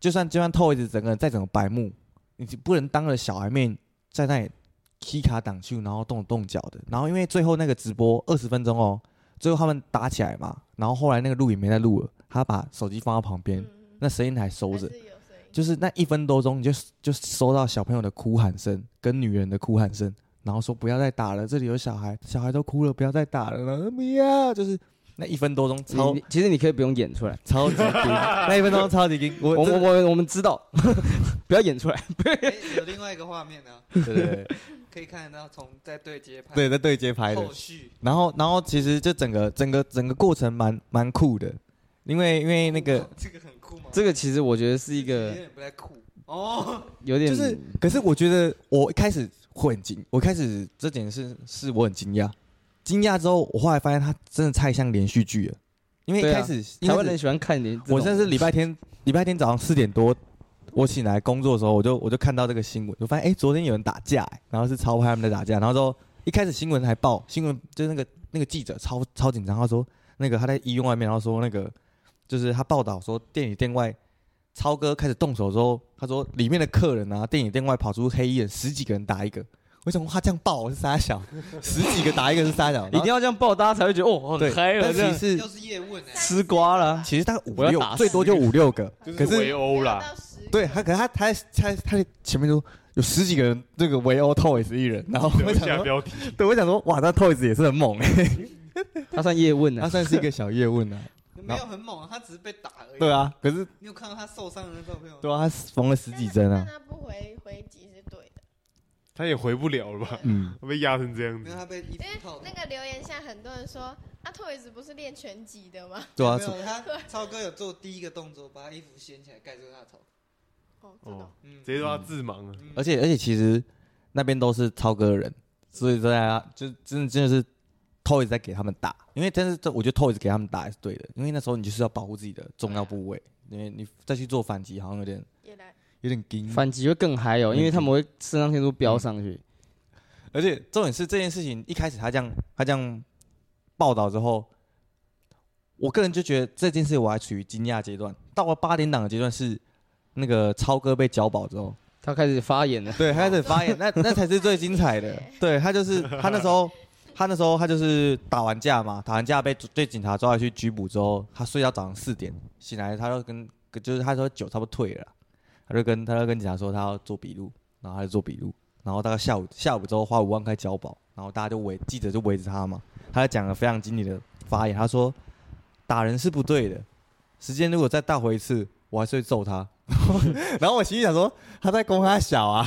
Speaker 4: 就算就算 Toys 整个人再怎么白目，你不能当着小孩面在那里踢卡挡去，然后动手动脚的。然后因为最后那个直播二十分钟哦，最后他们打起来嘛，然后后来那个录影没在录了，他把手机放到旁边，
Speaker 5: 嗯
Speaker 4: 那声音还收
Speaker 5: 还
Speaker 4: 着。
Speaker 5: 是有声音
Speaker 4: 就是那一分多钟，你就就收到小朋友的哭喊声跟女人的哭喊声，然后说不要再打了，这里有小孩，小孩都哭了，不要再打了，然后不要，就是那一分多钟超
Speaker 2: 你其实你可以不用演出来，
Speaker 4: 超级硬，那一分钟超级硬，我
Speaker 2: 我
Speaker 4: 真
Speaker 2: 我
Speaker 4: 的
Speaker 2: 我我们知道， 不要演出来。
Speaker 1: 诶有另外一个画面呢、
Speaker 4: 对对对
Speaker 1: 可以看得到从在对接拍
Speaker 4: 对在对接拍的，
Speaker 1: 后续
Speaker 4: 然后然后其实就整个整个整个过程蛮蛮酷的，因为因为那个
Speaker 1: 这个很酷吗？
Speaker 2: 这个其实我觉得是一
Speaker 1: 有
Speaker 2: 个
Speaker 1: 点不太酷哦，
Speaker 2: 有点
Speaker 4: 就是，可是我觉得我一开始会很惊，我一开始这点是是我很惊讶，惊讶之后，我后来发现它真的太像连续剧了，因为一
Speaker 2: 对啊
Speaker 4: 开始、一
Speaker 2: 台
Speaker 4: 开
Speaker 2: 湾
Speaker 4: 始
Speaker 2: 人喜欢看你。
Speaker 4: 我甚至礼拜天礼拜天早上四点多，我醒来工作的时候，我就我就看到这个新闻，我发现哎、诶昨天有人打架、诶然后是超派他们在打架，然后之后一开始新闻还报新闻，就是那个那个记者超超紧张，他说那个他在医院外面，然后说那个就是他报道说店里店外。超哥开始动手之后，他说里面的客人啊，店里店外跑出黑衣人十几个人打一个，我想哇他这样爆我是杀小，十几个打一个是杀 小，
Speaker 2: 一定要这样爆，大家才会觉得哦，
Speaker 4: 对
Speaker 2: 很嗨了
Speaker 4: 但
Speaker 2: 这样
Speaker 4: 其。实
Speaker 1: 又是叶问哎、
Speaker 2: 吃瓜了
Speaker 4: 其实大概五
Speaker 2: 我要
Speaker 4: 六
Speaker 2: 打，死
Speaker 4: 最多就五六个，
Speaker 3: 就
Speaker 4: 可
Speaker 3: 是
Speaker 4: 是
Speaker 3: 围殴
Speaker 5: 没
Speaker 3: 啦，
Speaker 5: 有到十个
Speaker 4: 对他，可是他他他他前面说有十几个人那个围殴 Toys 一人，然后我
Speaker 3: 留
Speaker 4: 想
Speaker 3: 下
Speaker 4: 说，
Speaker 3: 标题。
Speaker 4: 对我想说，哇，那 Toys 也是很猛哎、
Speaker 2: 他算叶问
Speaker 4: 他
Speaker 2: 啊，
Speaker 4: 算是一个小叶问啊。
Speaker 1: 没有很猛啊，他只是被打而已。
Speaker 4: 对，啊，可是
Speaker 1: 你有看到他受伤的那照片吗？
Speaker 4: 对啊，他缝了十几针
Speaker 5: 但
Speaker 4: 啊
Speaker 5: 是，但他不回回击是对的，
Speaker 3: 他也回不了了吧？
Speaker 4: 嗯，
Speaker 3: 被压成这样
Speaker 1: 没
Speaker 3: 子
Speaker 1: 有，，他被衣
Speaker 5: 因为
Speaker 1: 服套住
Speaker 5: 那。个留言下很多人说，啊，Toys 不是练拳击的吗？
Speaker 4: 对啊
Speaker 1: 没，有，他超哥有做第一个动作，把他衣服掀起来盖住他的头。
Speaker 5: 哦，这种
Speaker 3: 哦
Speaker 1: 嗯
Speaker 3: 直，接说他自盲了。
Speaker 1: 嗯
Speaker 4: 而且而且其实那边都是超哥的人，所以大家就真的真的是 Toys 在给他们打，因为但是这我觉得 Toys 给他们打也是对的，因为那时候你就是要保护自己的重要部位，因为你再去做反击好像有点
Speaker 5: 也来，
Speaker 4: 有点 惊。
Speaker 2: 反击会更嗨哦，因为他们会肾上腺素飙上去。
Speaker 4: 而且重点是这件事情一开始他这样他这样报道之后，我个人就觉得这件事我还处于惊讶阶段。到了八点档的阶段是那个超哥被交保之后，
Speaker 2: 他开始发炎了，
Speaker 4: 对，他开始发言，那那才是最精彩的。对他就是他那时候他那时候他就是打完架嘛，打完架被被警察抓回去拘捕之后，他睡到早上四点醒来，他就跟就是他说酒差不多退了啦，他就跟他就跟警察说他要做笔录，然后他就做笔录，然后大概下午下午之后花五万块交保，然后大家就围记者就围着他嘛，他就讲了非常经典的发言，他说打人是不对的，时间如果再倒回一次，我还是会揍他。 然后我心里想说他在攻他小啊，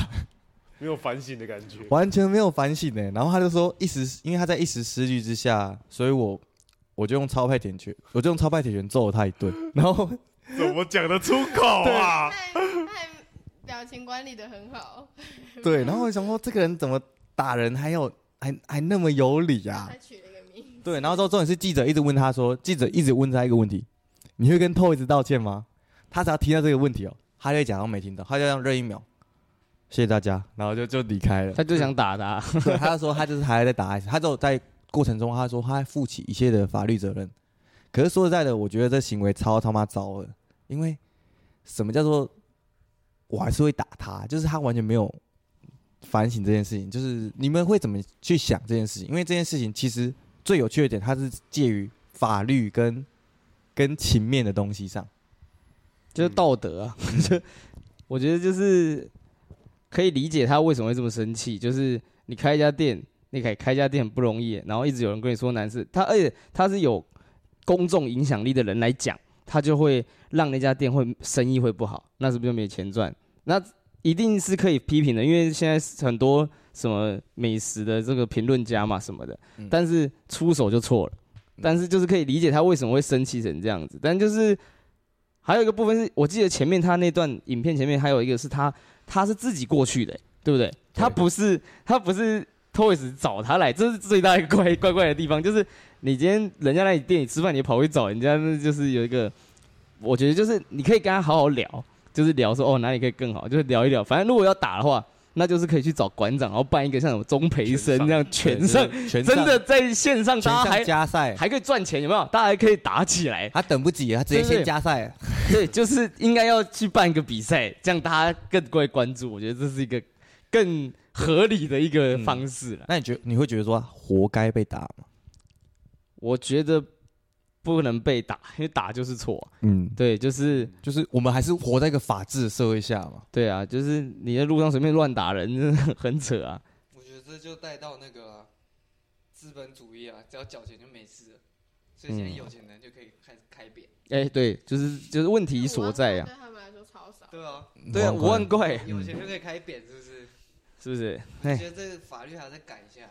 Speaker 3: 没有反省的感觉。
Speaker 4: 完全没有反省呢。然后他就说一时，因为他在一时失利之下，所以我我就用超派铁拳，我就用超派铁拳揍了他一顿。然后
Speaker 3: 怎么讲得出口
Speaker 5: 他
Speaker 3: 啊？
Speaker 5: 还他还表情管理的很好，
Speaker 4: 对，然后我想说这个人怎么打人还有还还那么有理啊
Speaker 5: 他？取了一个名，
Speaker 4: 对，然后之后重点是记者一直问他说，记者一直问他一个问题，你会跟 Toys 道歉吗？他只要听到这个问题哦，他就会假装没听到，他就这样热一秒，谢谢大家，然后就就离开了。
Speaker 2: 他就想打他。
Speaker 4: 对，他就说他就是还在打孩子，他只有在过程中他说他负起一切的法律责任。可是说实在的，我觉得这行为超他妈糟的，因为什么叫做我还是会打他，就是他完全没有反省这件事情。就是你们会怎么去想这件事情？因为这件事情其实最有趣的点，它是介于法律跟跟情面的东西上。
Speaker 2: 就是道德啊， 就我觉得就是可以理解他为什么会这么生气，就是你开一家店，你开开一家店很不容易，然后一直有人跟你说难事，他而且他是有公众影响力的人来讲，他就会让那家店会生意会不好，那是不是就没钱赚？那一定是可以批评的，因为现在很多什么美食的这个评论家嘛什么的，
Speaker 4: 嗯
Speaker 2: 但是出手就错了，但是就是可以理解他为什么会生气成这样子，但就是。还有一个部分是我记得前面他那段影片前面还有一个是他他是自己过去的、对不对？他不是他不是 Toys 找他来，这是最大一个怪怪怪的地方，就是你今天人家来你店里吃饭，你跑去找人家，那就是有一个，我觉得就是你可以跟他好好聊，就是聊说哦哪里可以更好，就是聊一聊。反正如果要打的话，那就是可以去找馆长，然后办一个像什么钟培生这样 全上，
Speaker 4: 对就是全
Speaker 2: 真的在线上
Speaker 4: 全
Speaker 2: 大家
Speaker 4: 上
Speaker 2: 还
Speaker 4: 加赛，
Speaker 2: 还可以赚钱，有没有？大家还可以打起来。
Speaker 4: 他等不及了，他直接
Speaker 2: 对对
Speaker 4: 先加赛了。
Speaker 2: 对，就是应该要去办一个比赛，这样大家更会关注。我觉得这是一个更合理的一个方式了。
Speaker 4: 那你觉你会觉得说他活该被打吗？
Speaker 2: 我觉得不能被打， 因为打就是错。
Speaker 4: 嗯，
Speaker 2: 对，就是
Speaker 4: 就是我们还是活在一个法治的社会下嘛。
Speaker 2: 对啊，就是你在路上随便乱打人，真的很扯啊。
Speaker 1: 我觉得这就带到那个、啊、资本主义啊，只要缴钱就没事了。所以现在
Speaker 2: 嗯
Speaker 1: 有钱人就可以开始开扁，
Speaker 2: 哎、对，就是就是问题所在
Speaker 5: 呀，
Speaker 2: 啊。
Speaker 5: 对他们来说超少，
Speaker 1: 对啊，
Speaker 2: 对啊，五万
Speaker 4: 块
Speaker 2: 块
Speaker 1: 有钱就可以开扁，是不是？
Speaker 2: 是不是？
Speaker 1: 我
Speaker 2: 哎，
Speaker 1: 觉得这个法律还要再改一下，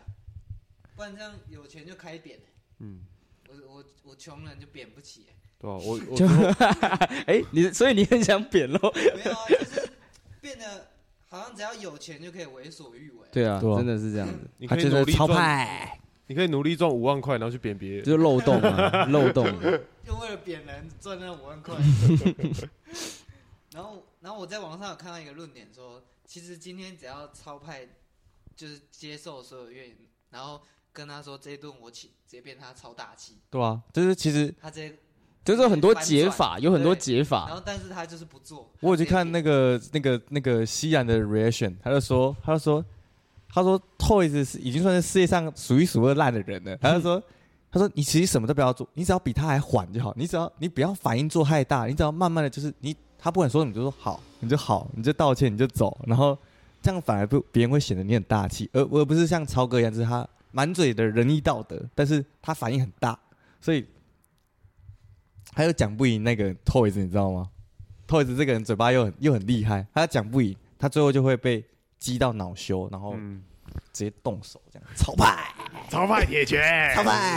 Speaker 1: 不然这样有钱就开扁、欸、
Speaker 3: 嗯，
Speaker 1: 我我我穷人就扁不起、欸
Speaker 3: 对啊，我我
Speaker 2: 就
Speaker 3: 之后
Speaker 2: 哎、你所以你很想扁喽？
Speaker 1: 没有啊，就是变得好像只要有钱就可以为所欲为。
Speaker 2: 对啊，
Speaker 4: 对啊
Speaker 2: 真的是这样子，
Speaker 3: 你
Speaker 4: 他
Speaker 3: 可以
Speaker 4: 觉
Speaker 3: 努
Speaker 4: 得
Speaker 3: 力
Speaker 4: 超
Speaker 3: 赚，
Speaker 4: 派，
Speaker 3: 你可以努力赚五万块，然后去扁别人。
Speaker 2: 就是漏洞 啊，漏洞。
Speaker 1: 就为了扁人赚那五 万块。然后，然后我在网上有看到一个论点说，其实今天只要超派就是接受所有怨言，然后跟他说这一顿我请，直接变他超大气，
Speaker 4: 对啊，就是其实
Speaker 1: 他直接，
Speaker 2: 就是有很多解法，有很多解
Speaker 1: 然
Speaker 2: 法。
Speaker 1: 后但是他就是不做。
Speaker 4: 啊我有去看那个那个那个西安的 reaction，他就说他就说他说 Toys 是已经算是世界上数一数二烂的人了，他就说。他说：“你其实什么都不要做，你只要比他还缓就好。你只要你不要反应做太大，你只要慢慢的就是你，他不管说什么，你就说好，你就好，你就道歉，你就走，然后这样反而不别人会显得你很大气，而而不是像超哥一样，就是他满嘴的仁义道德，但是他反应很大，所以他又讲不赢那个 Toys，你知道吗？Toys 这个人嘴巴又很又很厉害，他讲不赢，他最后就会被击到恼羞，然后
Speaker 3: 嗯，
Speaker 4: 直接动手这样， 超派，
Speaker 3: 超派铁拳，
Speaker 4: 超派。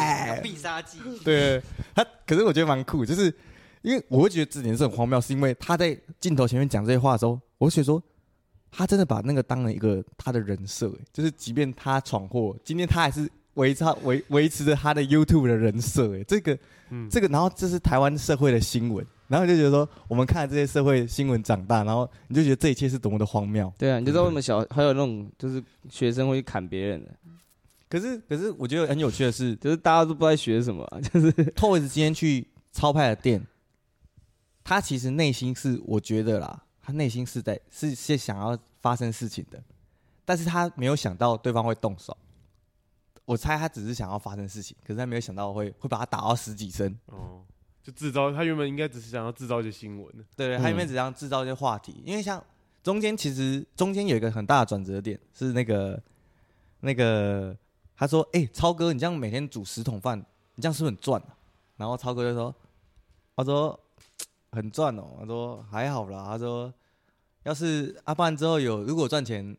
Speaker 1: 必杀技，
Speaker 4: 哎 对他，可是我觉得蛮酷，就是因为我会觉得这点是很荒谬，是因为他在镜头前面讲这些话的时候，我会觉得说他真的把那个当了一个他的人设，欸就是即便他闯祸，今天他还是维持他维维持着他的 YouTube 的人设，哎，这个
Speaker 3: 嗯，
Speaker 4: 这个，然后这是台湾社会的新闻，然后你就觉得说我们看了这些社会新闻长大，然后你就觉得这一切是多么的荒谬。
Speaker 2: 对啊，你就知道为什么小还有那种就是学生会去砍别人的，
Speaker 4: 可是可是我觉得很有趣的是
Speaker 2: 就是大家都不知道在学什么啊、 就是
Speaker 4: ，Toys 今天去超派的店，他其实内心是我觉得啦，他内心是在是是想要发生事情的，但是他没有想到对方会动手。我猜他只是想要发生事情，可是他没有想到会会把他打到十几声。
Speaker 3: 哦，就制造他原本应该只是想要制造一些新闻，
Speaker 4: 对对，他因为
Speaker 2: 嗯
Speaker 4: 只想制造一些话题，因为像中间其实中间有一个很大的转折点是那个那个他说：“哎、超哥，你这样每天煮十桶饭，你这样是不是很赚、啊？”然后超哥就说：“他说嘖很赚哦，他说还好啦，他说要是阿半之后有如果赚钱，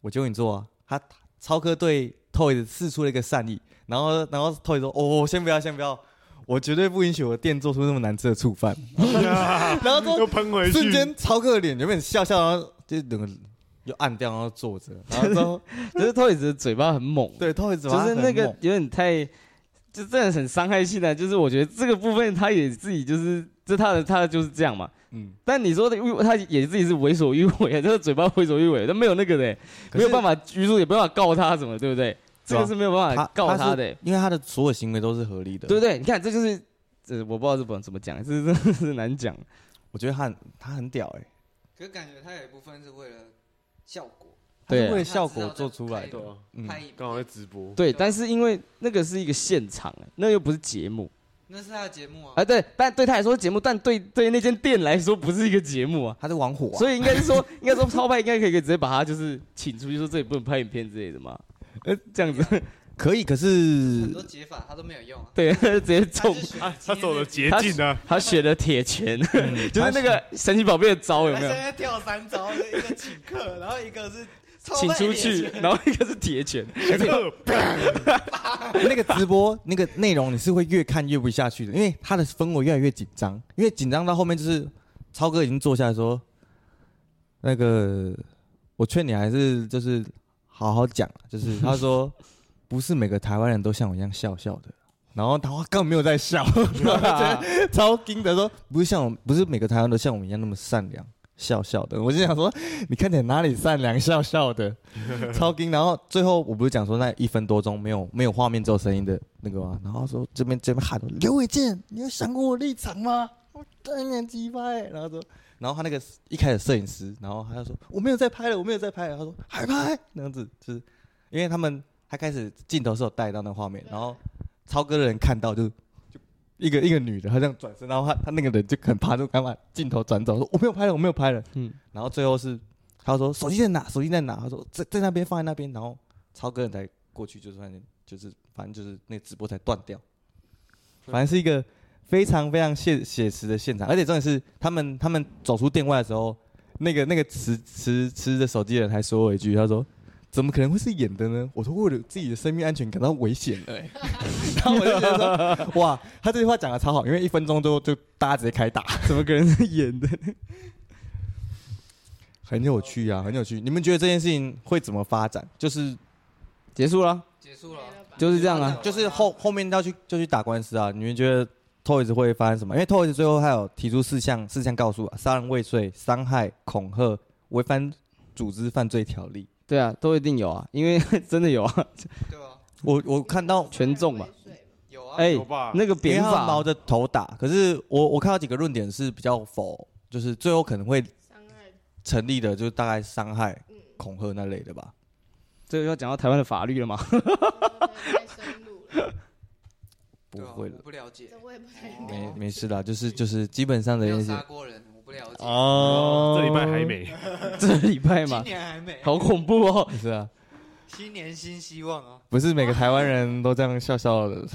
Speaker 4: 我就你做啊。”他超哥对 Toy 试出了一个善意，然后然后 Toy 说：“哦，先不要，先不要。”我绝对不允许我的店做出那么难吃的醋饭。然后说
Speaker 3: 又喷回去，
Speaker 4: 瞬间超哥的脸原本笑笑，然后就整个又暗掉，然后坐着，然后之后
Speaker 2: 就是 Toys 的嘴巴很猛，
Speaker 4: 对，他会怎
Speaker 2: 就
Speaker 4: 么
Speaker 2: 是那个有点太，就真的很伤害性的。就是我觉得这个部分他也自己就是，这他的他的就是这样嘛。
Speaker 4: 嗯，
Speaker 2: 但你说的，他也自己是为所欲 为，这个嘴巴为所欲为，他没有那个的，欸没有办
Speaker 4: 法，
Speaker 2: 法拘束，也没有办法告他什么，对不对？这个是没有办
Speaker 4: 啊他
Speaker 2: 法告
Speaker 4: 他
Speaker 2: 他
Speaker 4: 是
Speaker 2: 的，欸
Speaker 4: 因为他的所有行为都是合理的，
Speaker 2: 对不，对？你看，这就是，这我不知道这本怎么讲，这真的是 难讲。
Speaker 4: 我觉得他很他很屌哎，
Speaker 1: 可是感觉他有一部分是为了效果，
Speaker 4: 他是
Speaker 2: 对啊
Speaker 4: 为了效果做出来
Speaker 1: 对
Speaker 4: 的，
Speaker 3: 对啊，
Speaker 4: 嗯，
Speaker 1: 拍影片
Speaker 3: 刚好在直播，
Speaker 2: 对，但是因为那个是一个现场，啊那又不是节目，
Speaker 1: 那是他的节目啊
Speaker 2: 啊，。对，但对他来说是节目，但对对那间店来说不是一个节目啊。
Speaker 4: 他是玩火啊，
Speaker 2: 所以应该是说，应该说超派应该可以可以直接把他就是请出去，说这里不能拍影片之类的嘛。 呃，这样子，
Speaker 4: 可以，可
Speaker 1: 很
Speaker 4: 是
Speaker 1: 多解法他都没有用啊。
Speaker 2: 对， 直
Speaker 1: 他
Speaker 2: 接中
Speaker 1: 就。选
Speaker 3: 啊，他
Speaker 1: 今天
Speaker 3: 走
Speaker 1: 的
Speaker 3: 了
Speaker 1: 节
Speaker 3: 捷径啊，
Speaker 2: 他选了铁拳， 就是那个神奇宝贝的招
Speaker 1: 目，
Speaker 2: 有
Speaker 1: 他
Speaker 2: 没
Speaker 1: 现
Speaker 2: 有？
Speaker 1: 在跳三招，一个请客，然后一个是
Speaker 2: 请出去，然后一个是铁 拳，
Speaker 3: 而 且
Speaker 4: 那个直播那个内容你是会越看越不下去的，因为他的氛围越来越紧张，因为紧张到后面就是超哥已经坐下来说，那个我劝你还是就是好好讲，啊就是他说不是每个台湾人都像我一样笑笑的。然后他根本没有在笑，
Speaker 2: 啊
Speaker 4: 超惊的说不是像我，不是每个台湾都像我们一样那么善良笑笑的。我就想说，你看起来哪里善良笑笑的？超惊！然后最后我不是讲说那一分多钟没有没有画面只有声音的那个吗？然后说这边这边喊刘伟健，你有想过我立场吗？我当年击败，然后说，然后他那个一开始摄影师，然后他就说我没有在拍了，我没有在拍了。他说还拍那样子，就是因为他们他开始镜头是有带到那个画面，然后超哥的人看到就就一个一个女的，她这样转身，然后她她那个人就很怕，就赶把镜头转走，说我没有拍了，我没有拍了。
Speaker 2: 嗯，
Speaker 4: 然后最后是他说手机在哪？手机在哪？他说在在那边，放在那边。然后超哥人才过去，就是发现就是反正就是那个直播才断掉。反正是一个非常非常写写实的现场，而且重点是他们他们走出店外的时候，那个那个持持持着手机的人还说我一句，他说。怎么可能会是演的呢？我都为了自己的生命安全感到危险了、欸， 然后我就觉得说，哇，他这句话讲的超好，因为一分钟之后就大家直接开打，
Speaker 2: 怎么可能是演的？
Speaker 4: 很有趣啊，很有趣。你们觉得这件事情会怎么发展？就是
Speaker 2: 结束了，
Speaker 1: 结束了。
Speaker 2: 就是这样啊。
Speaker 4: 就是后后面要去就去打官司啊。你们觉得 Toys 会发生什么？因为 Toys 最后还有提出四项四项告诉啊，杀人未遂、伤害、恐吓、违反组织犯罪条例。
Speaker 2: 对啊，都一定有啊，因为 真的有啊。
Speaker 1: 对吧？
Speaker 4: 我我看到
Speaker 2: 权重嘛，
Speaker 1: 有啊，
Speaker 2: 哎
Speaker 3: 有，吧，
Speaker 2: 那个
Speaker 4: 别
Speaker 2: 扁
Speaker 4: 人毛
Speaker 2: 法，
Speaker 4: 着头打，可是我我看到几个论点是比较否，就是最后可能会
Speaker 5: 伤害，
Speaker 4: 成立的，就是大概伤害、
Speaker 5: 嗯，
Speaker 4: 恐吓那类的吧。
Speaker 2: 这个要讲到台湾的法律了嘛？
Speaker 5: 太深入了，
Speaker 4: 不
Speaker 1: 对啊
Speaker 4: 会
Speaker 1: 我
Speaker 4: 了，
Speaker 1: 不了解
Speaker 5: 这，我也不太
Speaker 1: 我
Speaker 4: 没
Speaker 5: 了
Speaker 4: 没事啦，就是就是基本上的
Speaker 1: 没有
Speaker 4: 那
Speaker 1: 杀
Speaker 4: 些
Speaker 1: 过人，我不了解。
Speaker 2: 啊
Speaker 4: 哦
Speaker 3: 这礼拜还没，
Speaker 2: 这礼拜
Speaker 1: 今
Speaker 2: 嘛，
Speaker 1: 年还没，
Speaker 2: 好恐怖哦！
Speaker 4: 是啊。
Speaker 1: 新年新希望啊！
Speaker 4: 不是每个台湾人都这样笑笑的，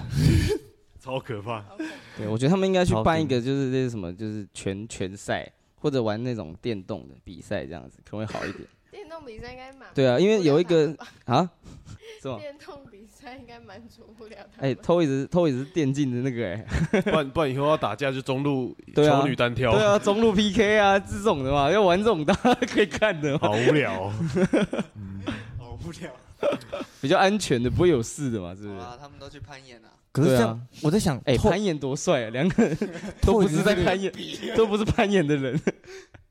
Speaker 3: 超 可怕。
Speaker 5: 好恐怖
Speaker 2: 对，我觉得他们应该去
Speaker 4: 超
Speaker 2: 办一
Speaker 4: 顶
Speaker 2: 个，就是那什么，就是拳拳赛，或者玩那种电动的比赛，这样子可能会好一点。
Speaker 5: 电动比赛应该蛮
Speaker 2: 对啊，因为有一
Speaker 5: 不
Speaker 2: 个
Speaker 5: 了他
Speaker 2: 啊，是
Speaker 5: 吧
Speaker 2: 吗？
Speaker 5: 电动比赛应该满足不了他
Speaker 2: 哎、
Speaker 5: 们。
Speaker 2: 偷椅子，偷椅子是电竞的那个哎、
Speaker 3: 不然不然以后要打架就中路
Speaker 2: 对啊
Speaker 3: 丑女单挑，
Speaker 2: 对啊，中路 PK 啊，这种的 嘛，要玩这种大家可以看的嘛，
Speaker 3: 好无聊 哦，
Speaker 1: 哦
Speaker 3: 好无聊。
Speaker 2: 比较安全的，不会有事的嘛，是不
Speaker 1: 好啊
Speaker 2: 是？
Speaker 1: 啦，他们都去攀岩了，
Speaker 4: 可是
Speaker 2: 对
Speaker 4: 这
Speaker 2: 啊
Speaker 4: 样，我在想，
Speaker 2: 哎、
Speaker 4: 透
Speaker 2: 攀岩多帅啊，两个人都
Speaker 4: 透
Speaker 2: 不
Speaker 4: 椅子
Speaker 2: 是在
Speaker 4: 这个
Speaker 2: 攀岩，都不是攀岩的人。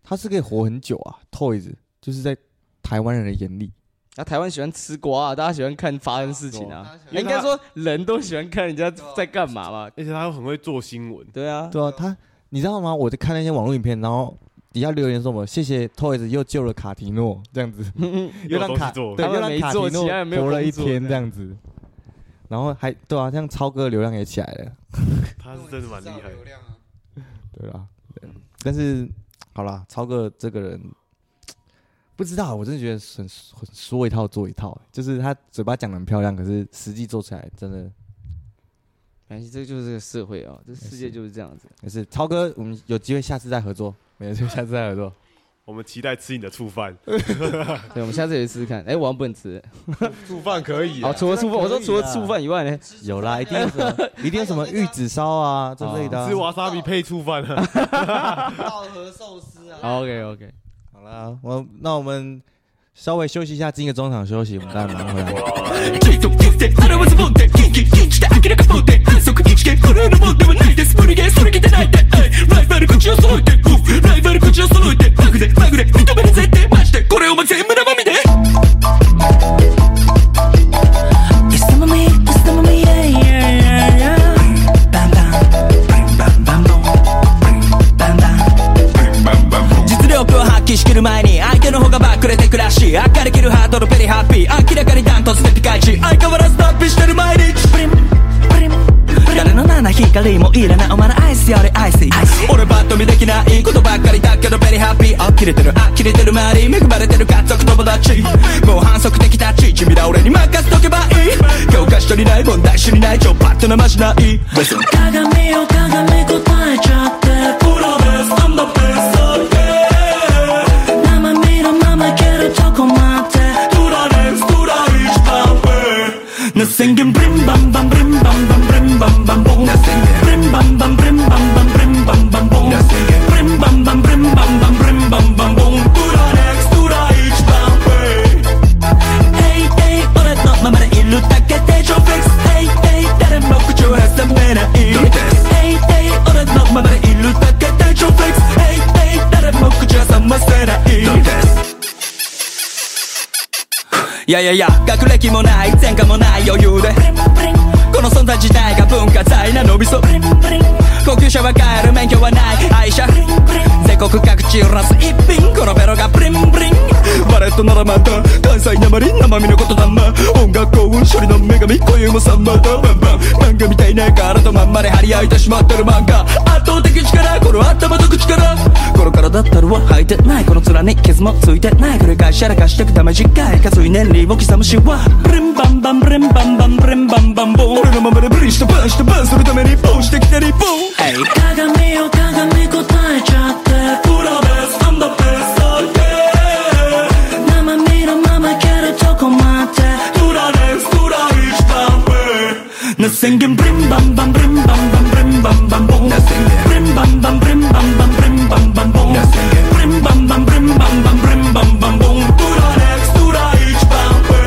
Speaker 4: 他是可以活很久啊。Toys 就是在台湾人的眼里，
Speaker 2: 然后台湾喜欢吃瓜啊，大家喜欢看发生事情啊，
Speaker 1: 哦
Speaker 2: 哎应该说人都喜欢看人家在干嘛嘛。
Speaker 3: 而且他又很会做新闻，
Speaker 2: 对啊，
Speaker 4: 对啊，他你知道吗？我在看那些网络影片，然后底下留言说什么“谢谢 Toys 又救了卡提诺” 这样子，
Speaker 3: 又
Speaker 4: 又
Speaker 3: 有
Speaker 4: 让
Speaker 3: 东西
Speaker 4: 卡
Speaker 3: 做。
Speaker 4: 对，
Speaker 2: 他们
Speaker 4: 又让
Speaker 2: 没
Speaker 4: 卡
Speaker 2: 做
Speaker 4: 提
Speaker 2: 其他人没
Speaker 4: 诺
Speaker 2: 有
Speaker 4: 活了
Speaker 2: 工
Speaker 4: 一
Speaker 2: 作
Speaker 4: 天
Speaker 2: 这
Speaker 4: 这样子。然后还对啊，这样超哥流量也起来了，
Speaker 3: 他是真的蛮厉害
Speaker 1: 流
Speaker 3: 的。
Speaker 1: 量 啊，
Speaker 4: 对啊。对但是好啦，超哥这个人不知道，我真的觉得很很说一套做一套，就是他嘴巴讲的很漂亮，可是实际做起来真的
Speaker 2: 没关系，这就是这个社会啊，这世界就是这样子。
Speaker 4: 也是。超哥，我们有机会下次再合作，没事，下次再合作。
Speaker 3: 我们期待吃你的醋饭，
Speaker 2: 对，我们下次也试试看。哎、我好像不能吃。
Speaker 3: 醋饭可以啊
Speaker 2: 好，除了醋饭，我
Speaker 4: 那可
Speaker 2: 说
Speaker 4: 以
Speaker 2: 除了
Speaker 4: 啦
Speaker 2: 醋饭以外呢，
Speaker 4: 有啦，一定有什么，一定有什么玉子烧啊之类的啊、
Speaker 3: 吃瓦萨比配醋 饭啊。
Speaker 1: 稻荷寿司啊，
Speaker 2: 好，OK OK，
Speaker 4: 好啦，我那我们稍微休息一下，进一个中场休息，我们再马上回来。
Speaker 6: 계속 뒷세 하나만 서본데 이게 진짜 아끼는 가본데 한속 이게 흐르는 본데 나이대 스프리게 소리게 나이대 라이벌을 굳이어 쏠 때, 후, 라이벌을 굳이어 쏠 때, 빠그대, 빠그대, 믿어버린 세대, 마시대, 고래오만 세, 문화 밤이대.
Speaker 7: You stumble me, you stumble me, yeah, yeah, yeah, yeah. Bam, bam, bam, bam, boom. Bam, bam.
Speaker 6: 実力を発揮しきる前に相手の方がバックれてくらし明るきるハートのペリハッピー明らかにダントツでピカイチ相変わらず脱皮してる毎日
Speaker 7: Brim, brim, brim.
Speaker 6: 誰の七光もいらないお前のアイスよりアイスイ俺バッと見できないことばっかりだけどベリーハッピーあ切れてるあ切れてる周り恵まれてる家族友達もう反則的立ち君ら俺に任せとけばいい教科書にない問題知にない情パッとなましない Listen
Speaker 7: 鏡よ鏡答えちゃって
Speaker 6: プロです I'm the best of yeah
Speaker 7: 生身のまま行けるとこまで
Speaker 6: Duranex, Duraic, Pape. Na singen brim bam bam brim bam bam brim bam bam bom. Na singen brim bam bam brim bam bam brim bam bam bom. Na singen brim bam bam brim bam bam brim bam bam bom. Duranex, Duraic, Pape. Hey hey, 俺のままでいるだけで Jofix. Hey hey, 誰も口を挟めない。Hey hey, 俺のままでいるだけで Jofix. Hey hey, 誰も口を挟ませない。いやいやいや学歴もない前科もない余裕で
Speaker 7: Brim, brim,
Speaker 6: この存在自体が文化財なのびそ
Speaker 7: brim, brim,
Speaker 6: 高級車は買える免許はない愛車
Speaker 7: brim, brim.
Speaker 6: 全国各地ラス一品このベロがブリンブリンバレットならまた関西なまり生身のことだま音楽幸運処理の女神今宵もサンバだバンバン漫画みたいな体とまんまで張り合いてしまってる漫画圧倒的力この頭と口からこの体だったるは履いてないこの面に傷もついてない繰り返しやらかしてくダメージ回かつい年利を刻むしはブリンバンバンブリンバンバンブリンバンバンボン俺のままでブリしてバンしてバンするためにポンしてきてリポンエイ
Speaker 7: 鏡よ鏡答えちゃって
Speaker 6: プロですアンダーペースだけ
Speaker 7: 生身のまま行けるとこまで
Speaker 6: Duranex, Duraic, Pape. Na singen brim bam bam brim bam bam brim bam bam bom. Na singen brim bam bam brim bam bam brim bam bam bom. Na singen brim bam bam brim bam bam brim bam bam bom. Duranex, Duraic, Pape.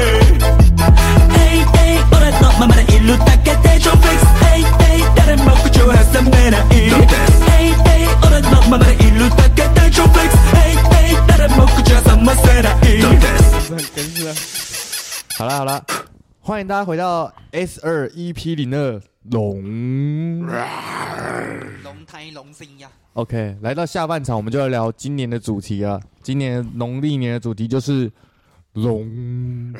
Speaker 6: Hey hey, 俺のままでいるだけで Jofix. Hey hey, 誰も口を挟めない Hey hey, 俺のままでいるだけで Jofix. Hey hey, 誰も口を挟ませない Jofix.
Speaker 4: 好啦好啦，欢迎大家回到 S 二 E EP 零二龙。
Speaker 1: 龙胎龙心呀，
Speaker 4: OK，来到下半场，我们就要聊今年的主题了。今年农历年的主题就是龙。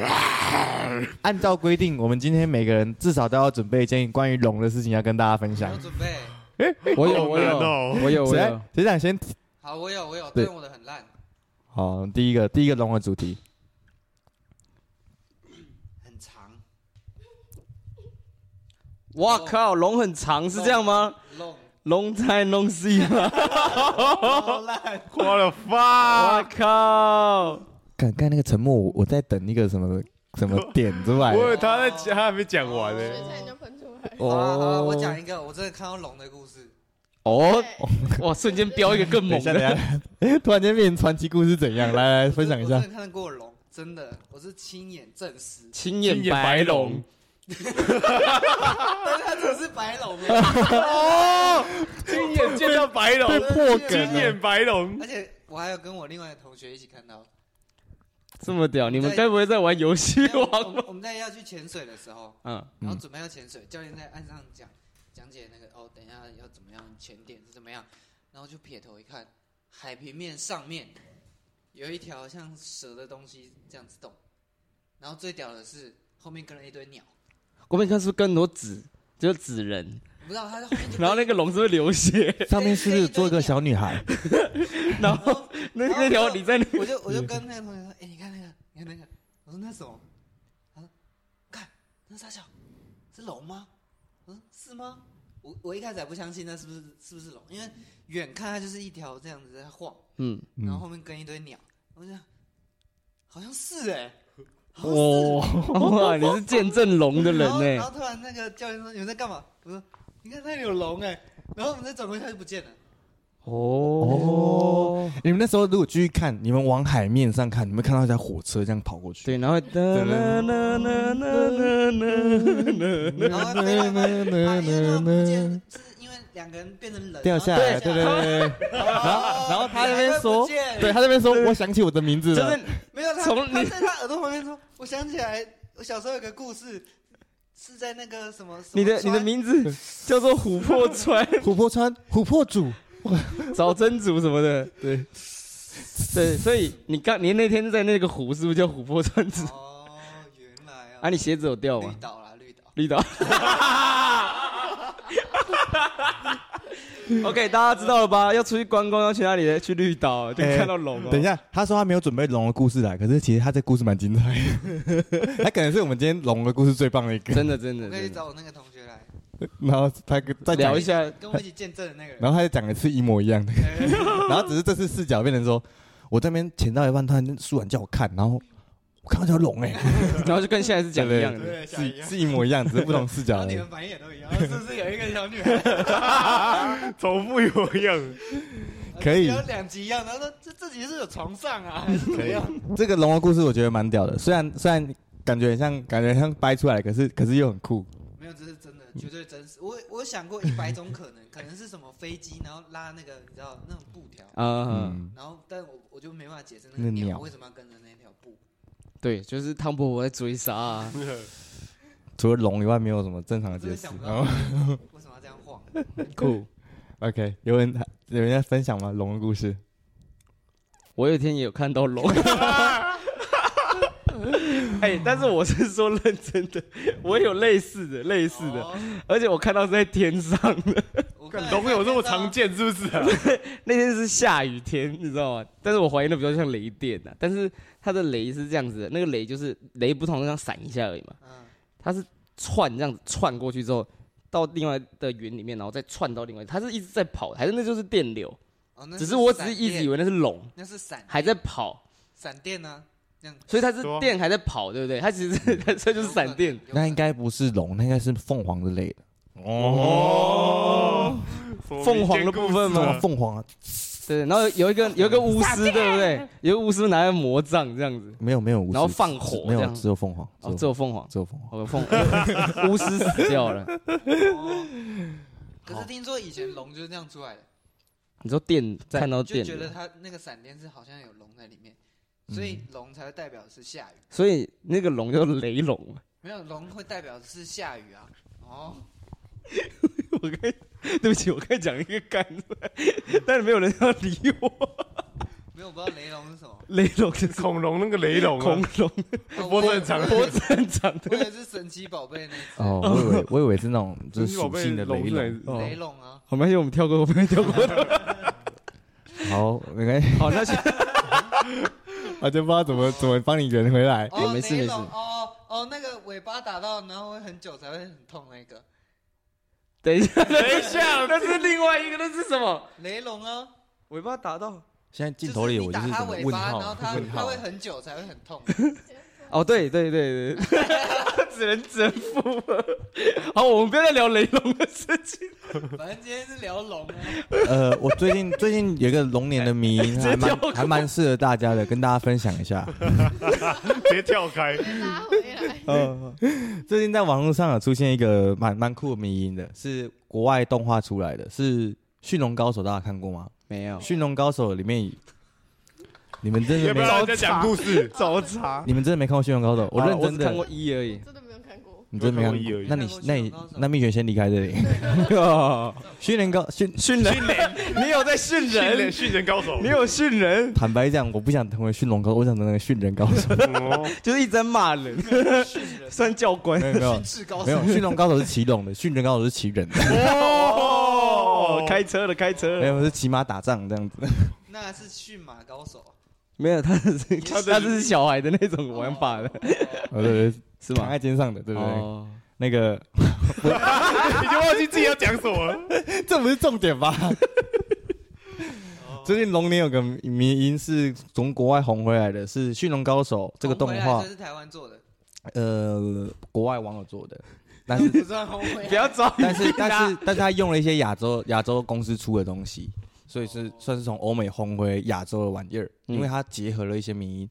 Speaker 4: 按照规定，我们今天每个人至少都要准备一件关于龙的事情要跟大家分享
Speaker 1: 有。准备。
Speaker 2: 我有
Speaker 3: 好
Speaker 2: 我
Speaker 3: 难
Speaker 4: Oh,
Speaker 2: 有
Speaker 3: 哦
Speaker 2: 我有我
Speaker 4: 谁
Speaker 2: 有
Speaker 4: 来，谁想先？
Speaker 1: 好，我有我有，
Speaker 4: 对
Speaker 1: 但我的很烂，
Speaker 4: 好，第一个第一个龙的主题，
Speaker 1: 很长。
Speaker 2: 哇靠，龙很长是这样吗？
Speaker 1: 龙
Speaker 2: 龙在龙啊西 吗？
Speaker 3: 花了
Speaker 2: 哇
Speaker 3: 发，
Speaker 2: 靠！
Speaker 4: 刚刚那个沉默，我我在等一个什么什么点之外，
Speaker 3: 我以为他在讲他还没讲完呢、
Speaker 2: 哦
Speaker 5: 水菜你就喷出来。
Speaker 1: 好啊好啊，我讲一个，我真的看到龙的故事。
Speaker 2: 哦，
Speaker 5: 对
Speaker 2: 哇，瞬间飙一个更
Speaker 4: 等一
Speaker 2: 猛
Speaker 4: 下，等
Speaker 2: 的。，
Speaker 4: 一啊 下，突然间变成传奇故事怎样？来来，分享一
Speaker 1: 我
Speaker 4: 下
Speaker 1: 真。的看过龙，真的，我是亲眼证实
Speaker 2: 青眼白龙，
Speaker 1: 但是它只是白龙 啊，
Speaker 3: 亲眼见到白龙，
Speaker 1: 破
Speaker 3: 亲眼白龙，
Speaker 1: 而且我还有跟我另外的同学一起看 到。
Speaker 2: 这么屌！你们该不会在玩游戏
Speaker 1: 我
Speaker 2: 王吧
Speaker 1: 们？我们在要去潜水的时候，
Speaker 2: 嗯，
Speaker 1: 然后准备要潜水，教练在岸上讲讲解那个哦，等一下要怎么样潜点是怎么样，然后就撇头一看，海平面上面有一条像蛇的东西这样子动，然后最屌的是后面跟了一堆鸟，
Speaker 2: 我们看是不是跟很多纸，就是纸人，
Speaker 1: 我不知道它在后面就跟，
Speaker 2: 然后那个龙是不是流血？
Speaker 4: 上面是不是做一个小女孩？
Speaker 2: 然后那
Speaker 1: 然后
Speaker 2: 那条你在那
Speaker 1: 我就我就跟那个同学说，哎、你看那个，你看那个，我说那什么？他说，看那是啥小？是龙吗？我说是吗？我我一开始还不相信那是不是是不是龙，因为远看它就是一条这样子在晃，
Speaker 2: 嗯，
Speaker 1: 然后后面跟一堆鸟，我就想好像是哎、好像是
Speaker 2: 哇哇，你是见证龙的人欸
Speaker 1: 然后
Speaker 4: 欸
Speaker 1: 然后
Speaker 2: 呢？
Speaker 1: 突然那个教练说你们在干嘛？我说你看那里有龙哎、然后我们再转过去它就不见了。
Speaker 2: 哦，
Speaker 4: 你们那时候如果继续看，你们往海面上看，你们看到一台火车这样跑过去。
Speaker 2: 对，然后哒啦啦啦啦啦啦啦
Speaker 4: 嗯
Speaker 1: 然后飞到一半啊因为他们不见，是因为两个人变成人
Speaker 4: 掉下来，对
Speaker 1: 哦
Speaker 4: 对，对对。
Speaker 1: 然
Speaker 4: 然后然后他在那边说， 对，他在那边说，我想起我的名字
Speaker 2: 就
Speaker 4: 了。
Speaker 2: 是
Speaker 1: 没有他
Speaker 2: 从
Speaker 1: 他
Speaker 2: 你
Speaker 1: 在他耳朵旁边说，我想起来，我小时候有个故事，是在那个什么，什么
Speaker 2: 你的
Speaker 1: 川
Speaker 2: 你的名字叫做琥珀 川
Speaker 4: 琥珀川，琥珀主，
Speaker 2: 早真族什么的，对对，所以你刚你那天在那个湖是不是叫琥珀川子？
Speaker 1: 哦，原来啊，
Speaker 2: 啊，你鞋子有掉
Speaker 1: 绿
Speaker 2: 吗？
Speaker 1: 岛啦，绿岛，
Speaker 2: 绿 岛。OK，大家知道了吧？要出去观光要去哪里呢？去绿岛，就
Speaker 4: 哎
Speaker 2: 看到龙哦。
Speaker 4: 等一，下，他说他没有准备龙的故事来，可是其实他这故事蛮精彩 的，他可能是我们今天龙的故事最棒的 一个。
Speaker 2: 真的真的
Speaker 1: 我可以
Speaker 2: 真的
Speaker 1: 找我那个同学来
Speaker 4: 然后他再讲
Speaker 2: 聊一，下，
Speaker 1: 跟我一起见证的那个人，
Speaker 4: 然后他就讲了一次一模一 样的，然后只是这次视角变成说，我这边潜到一半，突然间突然叫我看，然后我看到条龙哎，
Speaker 2: 然后就跟现在是讲一样的。
Speaker 1: 对，下一
Speaker 4: 是
Speaker 1: 样。
Speaker 4: 是一模一样，只是不同视角
Speaker 1: 然后
Speaker 4: 而
Speaker 1: 你
Speaker 4: 已。
Speaker 1: 们反应也都一样，是不是有一个小女孩？
Speaker 3: 重复一模一样。
Speaker 4: 可以
Speaker 1: 有两集一样，然后说这这集是有床上啊，还是怎么样？
Speaker 4: 这个龙的故事我觉得蛮屌的，虽然虽然感觉很像感觉很像掰出来，可是可是又很酷。
Speaker 1: 没有，这是真的，绝对真实。我我想过一百种可能，可能是什么飞机，然后拉那个你知道那种布条，
Speaker 2: 啊，
Speaker 4: 嗯，
Speaker 1: 然后但我我就没办法解释那
Speaker 4: 那
Speaker 1: 个
Speaker 4: 个
Speaker 1: 鸟
Speaker 4: 鸟
Speaker 1: 为什么要跟着那条布。
Speaker 2: 对，就是汤婆婆在追杀啊。
Speaker 4: 除了龙以外，没有什么正常的哦
Speaker 1: 我真的
Speaker 4: 解释
Speaker 1: 想。不
Speaker 4: 然
Speaker 1: 到
Speaker 4: 后
Speaker 2: 哦
Speaker 1: 为什么要这样晃。
Speaker 2: 酷。
Speaker 4: OK，有人有人在分享吗？龙的故事？
Speaker 2: 我有一天也有看到龙。 哎、但是我是说认真的，我有类似的， 类似的，
Speaker 1: 哦，
Speaker 2: 而且我看到是在天上的。
Speaker 1: 我
Speaker 3: 干龙有这么常见是不是啊？
Speaker 2: 那天是下雨天，你知道吗？但是我怀疑那比较像雷电啊，但是它的雷是这样子的，那个雷就是雷不同，这样闪一下而已嘛，
Speaker 1: 嗯，
Speaker 2: 它是窜这样子窜过去之后，到另外的云里面，然后再窜到另外，它是一直在跑，还是那就是电流，
Speaker 1: 哦那
Speaker 2: 只是我只是
Speaker 1: 闪
Speaker 2: 一直
Speaker 1: 电
Speaker 2: 以为那是龙，
Speaker 1: 那是闪，
Speaker 2: 还在跑，
Speaker 1: 闪电呢，
Speaker 2: 所以它是
Speaker 3: 对啊
Speaker 2: 电还在跑，对不对？它其实是 它就是闪电。
Speaker 1: 有可能，有可
Speaker 4: 那
Speaker 1: 能
Speaker 4: 应该不是龙，那应该是凤凰之类的。哦
Speaker 3: 哦，
Speaker 2: 凤凰的部分
Speaker 4: 什
Speaker 2: 吗
Speaker 4: 么凤凰啊？
Speaker 2: 对，然后有一个有 一个巫师，对不对？有一个巫师拿着魔杖这样子，
Speaker 4: 没有没有，无
Speaker 2: 然后
Speaker 4: 视
Speaker 2: 放火这
Speaker 4: 没有，
Speaker 2: 样
Speaker 4: 只有凤凰，
Speaker 2: 哦，
Speaker 4: 只
Speaker 2: 只
Speaker 4: 有
Speaker 2: 有凤凰，
Speaker 4: 只有凤凰。
Speaker 2: 哦，凤 巫师死掉了。
Speaker 1: 哦 可是听说以前龙就是这样出来的，
Speaker 2: 你说电
Speaker 4: 在
Speaker 2: 看到
Speaker 1: 就
Speaker 2: 电嗯
Speaker 1: 觉得
Speaker 2: 流，
Speaker 1: 它那个闪电是好像有龙在里面，所以龙才会代表是下雨。
Speaker 2: 所以那个龙叫雷龙 嘛。
Speaker 1: 没有龙会代表是下雨啊。哦，
Speaker 2: 我刚才对不起，我刚才讲了一个干出来， 但是没有人要理我。
Speaker 1: 没有，我不知道雷龙是什 么。
Speaker 2: 雷龙就是
Speaker 3: 恐龙那个雷龙
Speaker 2: 恐
Speaker 3: 啊，
Speaker 2: 龙，
Speaker 1: 哦
Speaker 3: 脖子很长
Speaker 1: 我以为
Speaker 2: 脖子很长
Speaker 1: 我以
Speaker 2: 的。
Speaker 1: 为是神奇宝贝那一只
Speaker 4: 哦，我以 为我以为是 那种就是
Speaker 3: 宝
Speaker 4: 属
Speaker 3: 贝
Speaker 4: 性的雷龙。
Speaker 2: 哦
Speaker 1: 雷龙啊。
Speaker 2: 好，没关系，我们跳过，我们跳过。
Speaker 4: 好，没关系，
Speaker 2: 好，那先
Speaker 4: 我啊就不知道怎么怎么帮你圆回来。
Speaker 1: 哦，
Speaker 2: 没事
Speaker 1: 雷
Speaker 2: 没事
Speaker 1: 龙哦哦，那个尾巴打到，然后会很久才会很痛那个。
Speaker 2: 等一下，
Speaker 3: 等一下，
Speaker 2: 那是另外一个，那是什么？
Speaker 1: 雷龙啊，
Speaker 2: 尾巴打到？
Speaker 4: 现在镜头里
Speaker 1: 就是
Speaker 4: 我
Speaker 1: 你
Speaker 4: 就
Speaker 1: 打
Speaker 4: 是
Speaker 1: 他
Speaker 4: 什么
Speaker 1: 尾
Speaker 4: 问
Speaker 1: 巴，然后
Speaker 4: 号
Speaker 1: 他
Speaker 4: 问
Speaker 1: 他
Speaker 4: 号
Speaker 1: 会，很久才会很 痛。
Speaker 2: 哦，对对对对，只能征服。 好，我们不要再聊雷龙的事情。
Speaker 1: 反正今天是聊龙啊，
Speaker 4: 呃，我最近最近有一个龙年的迷，还蛮还蛮适合大家的，跟大家分享一下。
Speaker 3: 直接跳开，
Speaker 5: 哎拉回来，
Speaker 2: 哦
Speaker 4: 呃，最近在网络上有出现一个蛮蛮酷的迷音的，是国外动画出来的，是《驯龙高手》，大家看过吗？
Speaker 2: 没有
Speaker 4: 《驯龙高手》里面，你们真
Speaker 3: 要
Speaker 4: 的
Speaker 3: 不
Speaker 4: 没，
Speaker 3: 要再讲故事？
Speaker 5: 找茬
Speaker 4: 你们真的没看过《驯龙高手》？我认
Speaker 2: 啊我只
Speaker 4: 真
Speaker 2: 看
Speaker 4: 的
Speaker 2: 过，一而 已。
Speaker 5: 真的没有看过。
Speaker 4: 你真的没
Speaker 3: 我看过一而
Speaker 4: 看
Speaker 3: 已
Speaker 4: 过？那你那
Speaker 1: 我看过驯龙
Speaker 4: 你
Speaker 1: 高手
Speaker 4: 那蜜雪先离开这里。驯龙高驯
Speaker 2: 训人，你有在训
Speaker 3: 训人
Speaker 2: 人？
Speaker 3: 训人高手，
Speaker 2: 你有训人，
Speaker 4: 坦白讲，我不想成为驯龙高手，我想成为驯人高手。
Speaker 3: 哦
Speaker 2: 就是一直在骂人， 算教官
Speaker 4: 没。有没有
Speaker 1: 至高
Speaker 4: 没有，驯龙哦高手是骑龙的，驯人高手是骑人 的，
Speaker 2: 哦
Speaker 3: 哦，
Speaker 2: 开车了，开车了。
Speaker 4: 没有是骑马打仗这样子。
Speaker 1: 那是驯马高手，
Speaker 2: 没有，他 是
Speaker 1: 他
Speaker 2: 他是小孩的那种玩法
Speaker 1: 哦
Speaker 2: 的，
Speaker 4: 呃，对对，
Speaker 2: 是
Speaker 4: 扛
Speaker 2: 吗？
Speaker 4: 在肩上的，对不对？
Speaker 2: 哦
Speaker 4: 那个
Speaker 3: 已经忘记自己要讲什么了。
Speaker 4: 这不是重点吧？
Speaker 1: 哦
Speaker 4: 最近龙年有个迷音是从国外红回来的，是《驯龙高手》这个动画
Speaker 1: 这，是台湾做的，
Speaker 4: 呃，国外网友做的，但是
Speaker 1: 不算红回来。
Speaker 2: 不要 找
Speaker 4: 但是但是但是他用了一些亚洲亚洲公司出的东西，所以是算是从欧美红回亚洲的玩意儿，
Speaker 2: 嗯
Speaker 4: 因为它结合了一些民音。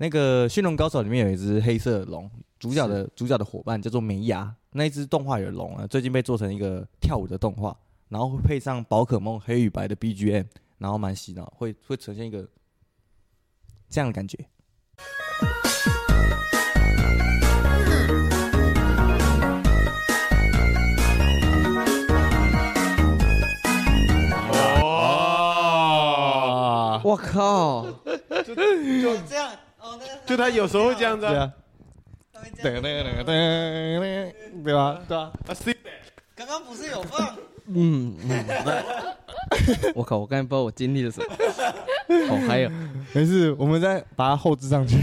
Speaker 4: 那个《驯龙高手》里面有一只黑色的龙，主角的主角的伙伴叫做梅牙，那一只动画有龙啊，最近被做成一个跳舞的动画，然后会配上宝可梦黑与白的 BGM，然后蛮洗脑，会会呈现一个这样的感觉。
Speaker 3: 哦，
Speaker 4: 啊，
Speaker 2: 我靠！
Speaker 1: 就这样哦，那
Speaker 3: 就他有时候会这样
Speaker 4: 对
Speaker 3: 子啊，
Speaker 4: 啊，
Speaker 1: 他会这
Speaker 4: 噔
Speaker 1: 样
Speaker 4: 噔噔噔噔，对吧？对啊，
Speaker 3: 啊，C
Speaker 1: 刚刚不是有放？
Speaker 2: 嗯，嗯我靠！我刚才不知道我经历了什 么，好嗨哦！
Speaker 4: 没事，我们再把它后置上去。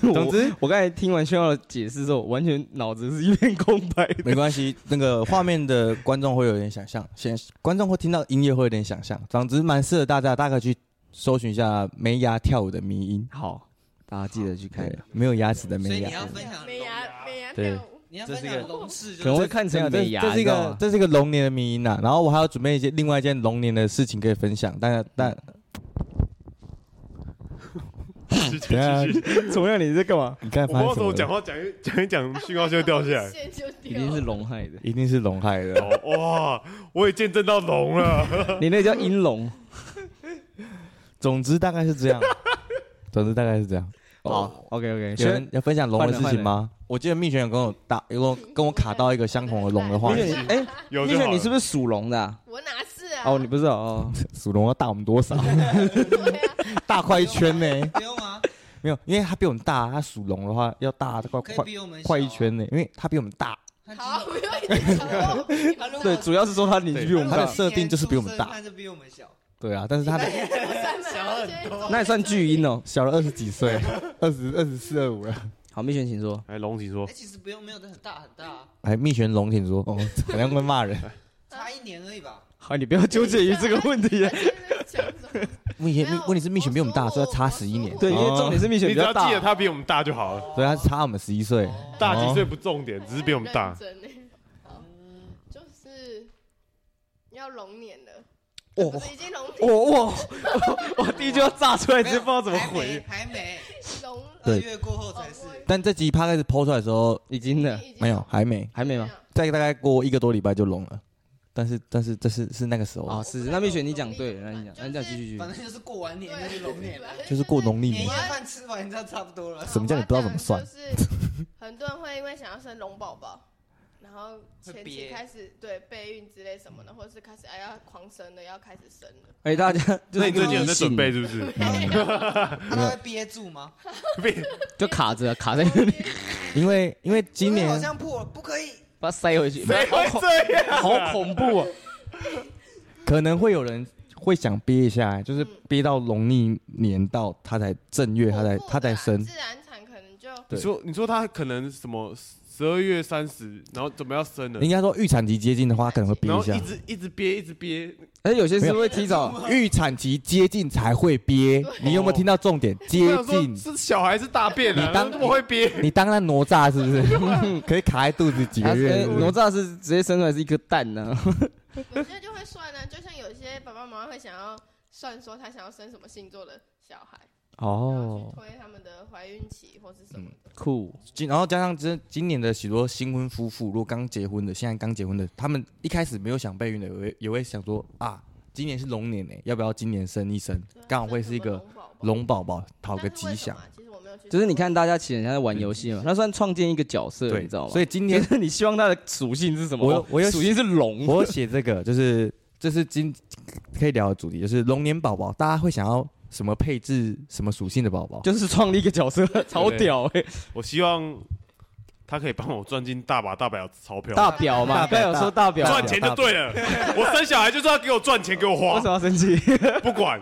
Speaker 4: 总之
Speaker 2: 我，我刚才听完炫耀的解释之后，完全脑子是一片空白 的。
Speaker 4: 没关系，那个画面的观众会有点想象，先观众会听到音乐会有点想象，总之蛮适合大家，大概去搜寻一下梅牙跳舞的迷音，
Speaker 2: 好，大家记得去看一
Speaker 4: 对
Speaker 2: 下，，
Speaker 4: 没有牙齿的
Speaker 1: 所以
Speaker 4: 梅
Speaker 1: 你要
Speaker 4: 牙。
Speaker 1: 分享
Speaker 5: 美
Speaker 1: 龙，啊
Speaker 5: 牙美牙
Speaker 4: 对
Speaker 5: 跳舞，
Speaker 1: 你要
Speaker 2: 这
Speaker 1: 分
Speaker 2: 是一
Speaker 1: 享
Speaker 2: 个
Speaker 1: 龙式，就
Speaker 2: 可能
Speaker 1: 是
Speaker 2: 会看
Speaker 4: 没有
Speaker 2: 成美牙，
Speaker 4: 这这是
Speaker 2: 你
Speaker 4: 一
Speaker 2: 知道
Speaker 4: 个
Speaker 2: 吗
Speaker 4: 这是一个龙年的迷音呐、啊然后我还要准备一些另外一件龙年的事情可以分享，但但
Speaker 3: 继续继续，
Speaker 2: 怎么样？你在干嘛？
Speaker 4: 你看
Speaker 3: 我
Speaker 4: 发现什么
Speaker 3: 不知道我
Speaker 4: 了
Speaker 3: 讲话讲一讲一讲，讯号就会掉下来。
Speaker 5: 线就掉，
Speaker 2: 一定是龙害的，
Speaker 4: 一定是龙害的。
Speaker 3: 哦，哇，我也见证到龙了。
Speaker 2: 你那叫阴龙。
Speaker 4: 总之大概是 这样，总之大概是这样。哦
Speaker 2: 好，OK OK，
Speaker 4: 有人要分享龙的事情
Speaker 2: 换
Speaker 4: 吗？我记得蜜雪有跟我打，有跟我跟我卡到一个相同的龙的话
Speaker 2: 蜜
Speaker 4: 题
Speaker 2: 雪，，你哎，
Speaker 3: 有
Speaker 2: 蜜
Speaker 3: 就
Speaker 2: 雪，
Speaker 3: 好
Speaker 2: 你是不
Speaker 3: 是？
Speaker 2: 是属龙的啊？
Speaker 5: 我哪是啊？
Speaker 2: 哦，你不知道哦。
Speaker 4: 属龙要大我们多少？
Speaker 5: 对啊，
Speaker 4: 大快一 圈呢？
Speaker 1: 不用啊吗？
Speaker 4: 没有，因为他比我们大，他属龙的话要大快
Speaker 1: 可
Speaker 4: 快
Speaker 1: 以比我们小啊
Speaker 4: 快一。圈呢，因为他比我们大，
Speaker 1: 他今
Speaker 5: 好，不用一直讲了。
Speaker 1: 他如果
Speaker 2: 对，主要是说他年纪比我们
Speaker 4: 他的
Speaker 2: 大，
Speaker 4: 设定就是比我们
Speaker 1: 他
Speaker 4: 大，
Speaker 1: 是比我们小，
Speaker 4: 对啊，但是他的
Speaker 2: 那也算巨婴哦。
Speaker 4: 小了二十几岁，二十二十四二五了。
Speaker 2: 好，蜜雪，请说。
Speaker 3: 哎，龙请说
Speaker 1: 哎，，其实不用没有的很大很大啊，
Speaker 4: 哎，蜜雪龙请说，哦，好像会骂人。
Speaker 1: 差一年而已吧。
Speaker 2: 好，你不要纠结于这个问题
Speaker 5: 我。现在在讲什么。
Speaker 4: 蜜雪，
Speaker 5: 没
Speaker 4: 蜜
Speaker 5: 有
Speaker 4: 问题是蜜雪比我们大，
Speaker 5: 我
Speaker 4: 所以要差
Speaker 5: 我
Speaker 4: 十一年，
Speaker 5: 我
Speaker 2: 对，因为重点是蜜雪
Speaker 3: 你
Speaker 2: 比
Speaker 3: 只
Speaker 2: 较
Speaker 3: 要
Speaker 2: 大
Speaker 3: 记。得他比我们大就好了，
Speaker 4: 所以他差我们十一岁。
Speaker 3: 大几岁不重点，只是比我们大
Speaker 5: 很。认真欸好就是要龙年了，
Speaker 2: 哦
Speaker 5: 不是已经龙
Speaker 2: 我
Speaker 5: 年
Speaker 2: 我我第一句要炸出来，
Speaker 1: 没
Speaker 2: 真
Speaker 1: 有
Speaker 2: 不知道怎么
Speaker 1: 还没
Speaker 2: 回。
Speaker 1: 还没，
Speaker 5: 龙
Speaker 1: 二
Speaker 4: 对
Speaker 1: 月过后才是。
Speaker 4: 但这集 p 开始抛出来的时候，哎
Speaker 2: 已经的，
Speaker 5: 已经
Speaker 4: 没有，还没，
Speaker 2: 还没吗？
Speaker 4: 再大概过一个多礼拜就聋了。但是但是这是是那个时候，
Speaker 2: 啊，是是那蜜雪你讲对了，那你讲，那你讲继续继续
Speaker 4: 嗯
Speaker 1: 反。正就是过完
Speaker 5: 啊
Speaker 1: 年就是龙年了，
Speaker 4: 就是过农历
Speaker 1: 年夜
Speaker 4: 年。
Speaker 5: 嗯
Speaker 1: 饭吃完这差不多了，
Speaker 4: 什么叫你不知道怎么算
Speaker 5: 我要讲的就是很多人会因为想要生龙宝宝，然后前
Speaker 1: 会
Speaker 5: 期
Speaker 1: 憋
Speaker 5: 开始对备孕之类什么的，或者是开始哎呀狂生了，要开始生了。
Speaker 2: 哎，大家就
Speaker 3: 那
Speaker 2: 是
Speaker 3: 你最近有在
Speaker 2: 迷信
Speaker 3: 准备是不是？
Speaker 1: 啊他会憋住吗？
Speaker 2: 就卡着卡在那里，
Speaker 4: 因为因为 今
Speaker 1: 我好
Speaker 4: 年
Speaker 1: 像破了，不可以。
Speaker 2: 把它塞回去。
Speaker 3: 谁会
Speaker 4: 哦
Speaker 3: 这样？
Speaker 2: 好恐怖啊！
Speaker 4: 可能会有人会想憋一下，就是憋到农历年到他才正月，他才
Speaker 5: 腹部的啦
Speaker 4: 他才生。
Speaker 5: 自然产可能就就
Speaker 3: 你
Speaker 4: 对
Speaker 3: 说你说他可能什么十二月三十，然后准备要生了
Speaker 4: 应，该说预产期接近的话，可能会逼
Speaker 3: 然后
Speaker 4: 一下
Speaker 3: 一。直一直憋一直憋，
Speaker 2: 而哎且有些是会提早，
Speaker 4: 预产期接近才会憋，你有没有听到重点？接
Speaker 3: 我想
Speaker 4: 近
Speaker 3: 说，是小孩是大便啊，
Speaker 4: 你当
Speaker 3: 怎么会憋？
Speaker 4: 你当那哪吒是不是？可以卡在肚子几
Speaker 2: 他
Speaker 4: 个月？
Speaker 2: 哎哪吒是直接生出来是一颗蛋呢、
Speaker 5: 有些就会算呢、就像有些爸爸妈妈会想要算说他想要生什么星座的小孩，然后
Speaker 4: 哦
Speaker 5: 去，推他们的怀孕期或是什么的。
Speaker 2: 酷，
Speaker 4: 今然后加上这今年的许多新婚夫妇，如果刚结婚的，现在刚结婚的，他们一开始没有想备孕的，也会也会想说啊，今年是龙年呢，要不要今年生一生？
Speaker 5: 对啊
Speaker 4: 刚好会是一
Speaker 5: 生
Speaker 4: 个
Speaker 5: 什么宝宝
Speaker 4: 龙宝宝，讨个
Speaker 5: 但是为
Speaker 4: 吉
Speaker 5: 什
Speaker 4: 祥
Speaker 5: 么。啊其实我没有去，
Speaker 2: 就是你看大家其实很像在玩游戏嘛，他算创建一个角色，
Speaker 4: 对，
Speaker 2: 你知道吗？
Speaker 4: 所
Speaker 2: 以
Speaker 4: 以今
Speaker 2: 就
Speaker 4: 天
Speaker 2: 是你希望它的属性是什么？
Speaker 4: 我有我有
Speaker 2: 属性是龙，
Speaker 4: 我有写这个，就是这是今可以聊的主题，就是龙年宝宝，大家会想要什么配置、什么属性的宝宝？
Speaker 2: 就是创立一个角色，超屌哎、
Speaker 3: 我希望他可以帮我赚进大把大把的钞票，
Speaker 2: 大表嘛，
Speaker 4: 大
Speaker 2: 刚
Speaker 4: 表
Speaker 2: 有说大表嘛，
Speaker 3: 赚钱就对了。我生小孩就是要给我赚钱，给我
Speaker 2: 为
Speaker 3: 花
Speaker 2: 什么，要生 气？
Speaker 3: 不管。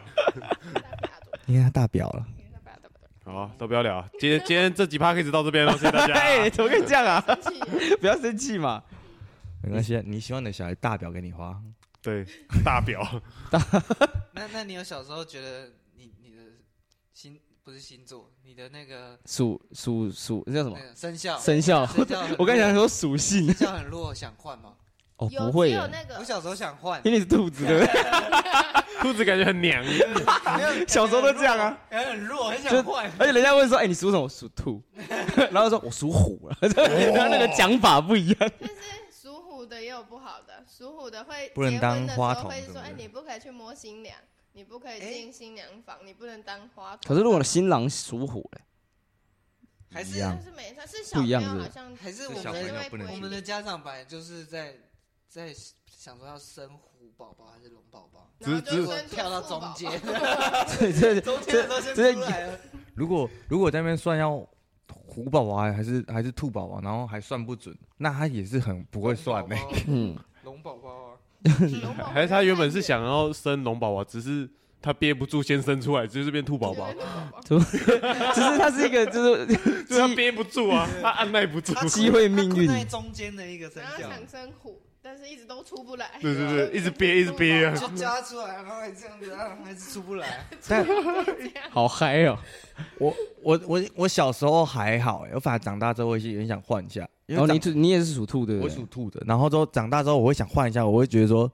Speaker 4: 你看他大表了，
Speaker 3: 好啊，都不要聊啊，今天今天这几趴可以到这边了，谢谢 大
Speaker 4: 哎
Speaker 3: 家。
Speaker 2: 怎么可以这样啊？
Speaker 5: 生气耶
Speaker 2: 不要生气嘛。
Speaker 4: 没关系，啊你希望你的小孩大表给你花，
Speaker 3: 对，大表，
Speaker 1: 那那你有小时候觉得你你的星不是星座，你的那个
Speaker 2: 属属属，那叫什么
Speaker 1: 那？个生肖
Speaker 2: 生肖。
Speaker 1: 生肖很弱，
Speaker 2: 我刚才想说属性
Speaker 1: 生。肖很弱，想换吗？
Speaker 2: 哦，
Speaker 5: 有
Speaker 2: 不会
Speaker 5: 只
Speaker 2: 耶
Speaker 5: 有，那个
Speaker 1: 我小时候想换，
Speaker 2: 因为你是兔子对不对？
Speaker 3: 兔子感觉很娘，
Speaker 1: 没有
Speaker 2: 小时候都这样啊，
Speaker 1: 感觉很弱，很
Speaker 2: 就
Speaker 1: 想换。
Speaker 2: 而且人家问说，哎，你属什么？我属兔。 然后说我属虎了， 他那个讲法不一样。
Speaker 5: 但是属虎的也有不好的，属虎的会
Speaker 4: 不能
Speaker 5: 结婚
Speaker 4: 当
Speaker 5: 的时
Speaker 4: 花
Speaker 5: 候
Speaker 4: 童
Speaker 5: 会
Speaker 4: 对
Speaker 5: 说，
Speaker 4: 不
Speaker 5: 哎，
Speaker 4: 对
Speaker 5: 你不可以去摸新娘，你不可以
Speaker 1: 哎
Speaker 5: 进新娘房，你不能当花童。
Speaker 2: 可是如果新郎属 虎嘞，
Speaker 1: 还
Speaker 4: 一
Speaker 1: 是
Speaker 4: 样
Speaker 5: 但是每次是小
Speaker 2: 不一
Speaker 5: 朋友
Speaker 2: 样是不
Speaker 5: 好
Speaker 2: 是
Speaker 5: 像
Speaker 1: 还是
Speaker 4: 这
Speaker 1: 我
Speaker 4: 小朋友
Speaker 1: 们
Speaker 4: 不能
Speaker 1: 我们
Speaker 5: 的
Speaker 1: 的家长本来就是在在想说要生虎宝宝还是龙宝宝，
Speaker 5: 然后
Speaker 3: 只只
Speaker 5: 就生出
Speaker 1: 跳到
Speaker 5: 富
Speaker 1: 中
Speaker 5: 宝宝
Speaker 1: 间，
Speaker 2: 这 这
Speaker 1: 中间的时候先
Speaker 2: 这
Speaker 1: 出来了，
Speaker 4: 如果如果在那边算要虎宝宝还是还是兔宝宝，然后还算不准，那他也是很不会算呢、
Speaker 1: 宝宝
Speaker 2: 嗯，
Speaker 1: 龙宝宝啊，
Speaker 5: 龙宝宝
Speaker 3: 还是他原本是
Speaker 5: 在
Speaker 3: 想要生龙宝宝，只是他憋不住先生出来，就是变兔宝宝
Speaker 5: 那，边
Speaker 2: 只是它是一个就是
Speaker 3: 就是他
Speaker 2: 机
Speaker 3: 憋不住啊，他按耐不住。
Speaker 1: 他
Speaker 2: 机会命运
Speaker 1: 他困在中间的一个生
Speaker 5: 然后
Speaker 1: 肖，
Speaker 5: 想生虎，但是一直都出不来。
Speaker 3: 对对对，一直憋一直憋 啊。
Speaker 1: 就叫他出来，然后还这样子，然后还是出不来。
Speaker 2: 好嗨哦。
Speaker 4: 我我我我小时候还好、欸，我反而长大之后我也很想换一下，因
Speaker 2: 然
Speaker 4: 为
Speaker 2: 后
Speaker 4: 长、
Speaker 2: 哦你是你也是属兔对不
Speaker 4: 我
Speaker 2: 对
Speaker 4: 属？兔的，然后之后长大之后我会想换一下，我会觉得说，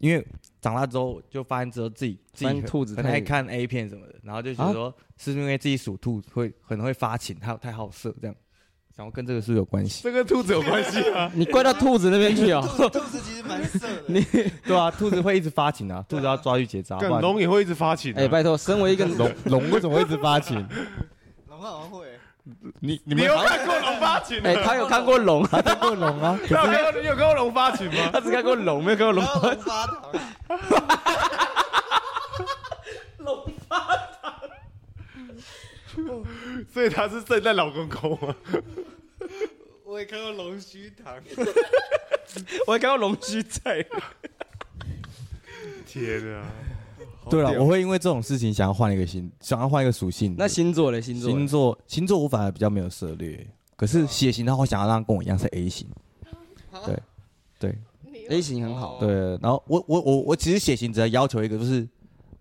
Speaker 4: 因为长大之后就发现之后自己自己
Speaker 2: 发现
Speaker 4: 很
Speaker 2: 兔子
Speaker 4: 很
Speaker 2: 太
Speaker 4: 爱看 A 片什么的，然后就觉得说、是因为自己属兔会很会发情，太太好色这样，然后跟这个是不是有关系？
Speaker 3: 这跟兔子有关系啊，
Speaker 2: 你怪到兔子那边去
Speaker 1: 兔
Speaker 2: 哦。
Speaker 1: 子兔子其实蛮色 的，你
Speaker 4: 对啊，兔子会一直发情啊，兔子要抓去结扎，不
Speaker 3: 干
Speaker 4: 然
Speaker 3: 龙也会一直发情啊。
Speaker 2: 哎，拜托，身为一个 龙，
Speaker 4: 龙为什么会一直发情？
Speaker 1: 龙好像会，
Speaker 4: 你你
Speaker 3: 你有看过龙发情吗
Speaker 2: 哎，？他有看过龙 啊，
Speaker 4: 看过龙啊？
Speaker 3: 你有看过你有看过龙发情吗？
Speaker 2: 他只看过龙，没有看过龙
Speaker 1: 然。后龙发糖，
Speaker 3: 所以他是圣诞老公啊公吗？
Speaker 1: 我也看过龙须糖，
Speaker 2: 我还看到龙须在。
Speaker 3: 天啊！
Speaker 4: 对了，我会因为这种事情想要换一个星，想要换一个属性。
Speaker 2: 那星座嘞？星座嘞
Speaker 4: 星座啊星座我反而比较没有涉猎，可是血型的话，我想要让跟我一样是 A 型。对对
Speaker 5: 你又
Speaker 2: A 型哎很好，啊
Speaker 4: 对，然后我我我我其实血型只要要求一个，就是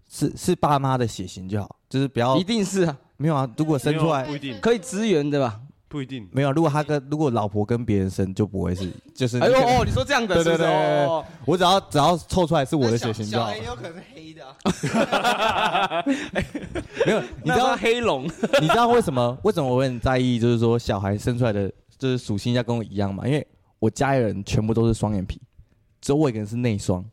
Speaker 4: 是是爸妈的血型就好，就是不要
Speaker 2: 一定是啊，
Speaker 4: 没有啊。如果生出来
Speaker 3: 不一定，
Speaker 2: 可以支援的吧？
Speaker 3: 不一定。
Speaker 4: 没有啊，如果他跟如果老婆跟别人生就不会是就是
Speaker 2: 哎
Speaker 4: 那个。
Speaker 2: 呦哦，你说这样的，
Speaker 4: 对
Speaker 2: 是不
Speaker 4: 对
Speaker 2: 是
Speaker 4: 对，
Speaker 2: 哦
Speaker 4: 对我只要只要凑出来是我的血型就
Speaker 1: 小
Speaker 4: 好
Speaker 1: 孩。有可能是黑的啊，
Speaker 4: 没有，你
Speaker 2: 你
Speaker 4: 知
Speaker 2: 知
Speaker 4: 道
Speaker 2: 道黑龙
Speaker 4: 你知道为什么？为什么我会很在意？就是说，小孩生出来的就是属性要跟我一样嘛？因为我家里人全部都是双眼皮，只有我一个人是内双。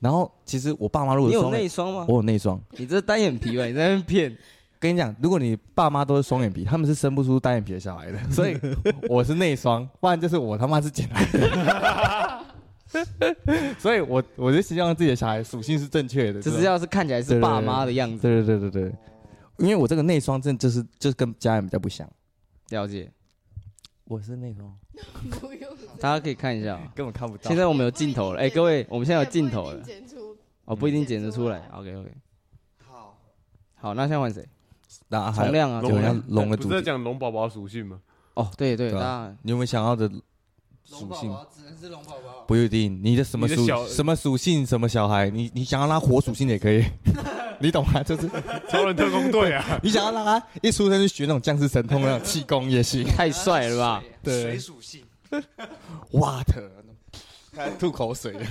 Speaker 4: 然后其实我爸妈如果
Speaker 2: 你
Speaker 4: 是
Speaker 2: 有
Speaker 4: 双眼
Speaker 2: 内，双吗
Speaker 4: 我？有内双。
Speaker 2: 你这单眼皮吧？你在那边骗，
Speaker 4: 跟你讲，如果你爸妈都是双眼皮，他们是生不出单眼皮的小孩的。所以我是内双，不然就是我他妈是捡来的。所以我我就希望自己的小孩属性是正确的，
Speaker 2: 只
Speaker 4: 这
Speaker 2: 是
Speaker 4: 种
Speaker 2: 要是看起来是
Speaker 4: 对对对
Speaker 2: 爸妈的样子。
Speaker 4: 对对对对对，因为我这个内双真的就是就是跟家人比较不像。
Speaker 2: 了解，
Speaker 4: 我是内双，
Speaker 5: 不用这样
Speaker 2: 大家可以看一下啊。
Speaker 4: 根本看不到
Speaker 2: 现。在我们有镜头了，哎，各位，我们现在有镜头
Speaker 5: 也不
Speaker 2: 了
Speaker 5: 一定，剪出
Speaker 2: 哦，不一定剪得出来。OK OK，
Speaker 1: 好，
Speaker 2: 好，那现在换谁？
Speaker 4: 那还
Speaker 2: 重量啊，
Speaker 4: 龙
Speaker 2: 重
Speaker 4: 人
Speaker 2: 量
Speaker 4: 家龙的
Speaker 3: 不
Speaker 4: 主
Speaker 3: 是在
Speaker 4: 体，
Speaker 3: 讲龙宝宝属性吗？
Speaker 2: 哦，对对，
Speaker 4: 对啊
Speaker 2: 那
Speaker 4: 你有没有想要的
Speaker 1: 龙
Speaker 4: 属
Speaker 1: 宝
Speaker 4: 性？
Speaker 1: 宝只能是龙宝宝，
Speaker 4: 不一定，你的什么
Speaker 3: 你的
Speaker 4: 属
Speaker 3: 小
Speaker 4: 什么属性什么小孩，你你想要拉火属性的也可以，你懂吗？就是
Speaker 3: 超人特工队 啊，
Speaker 4: 你想要让他一出生就学那种降世神通那种气功也行。
Speaker 2: 太帅了吧？
Speaker 1: 啊
Speaker 4: 对
Speaker 1: 水属性，
Speaker 4: 哇的，开始吐口水了。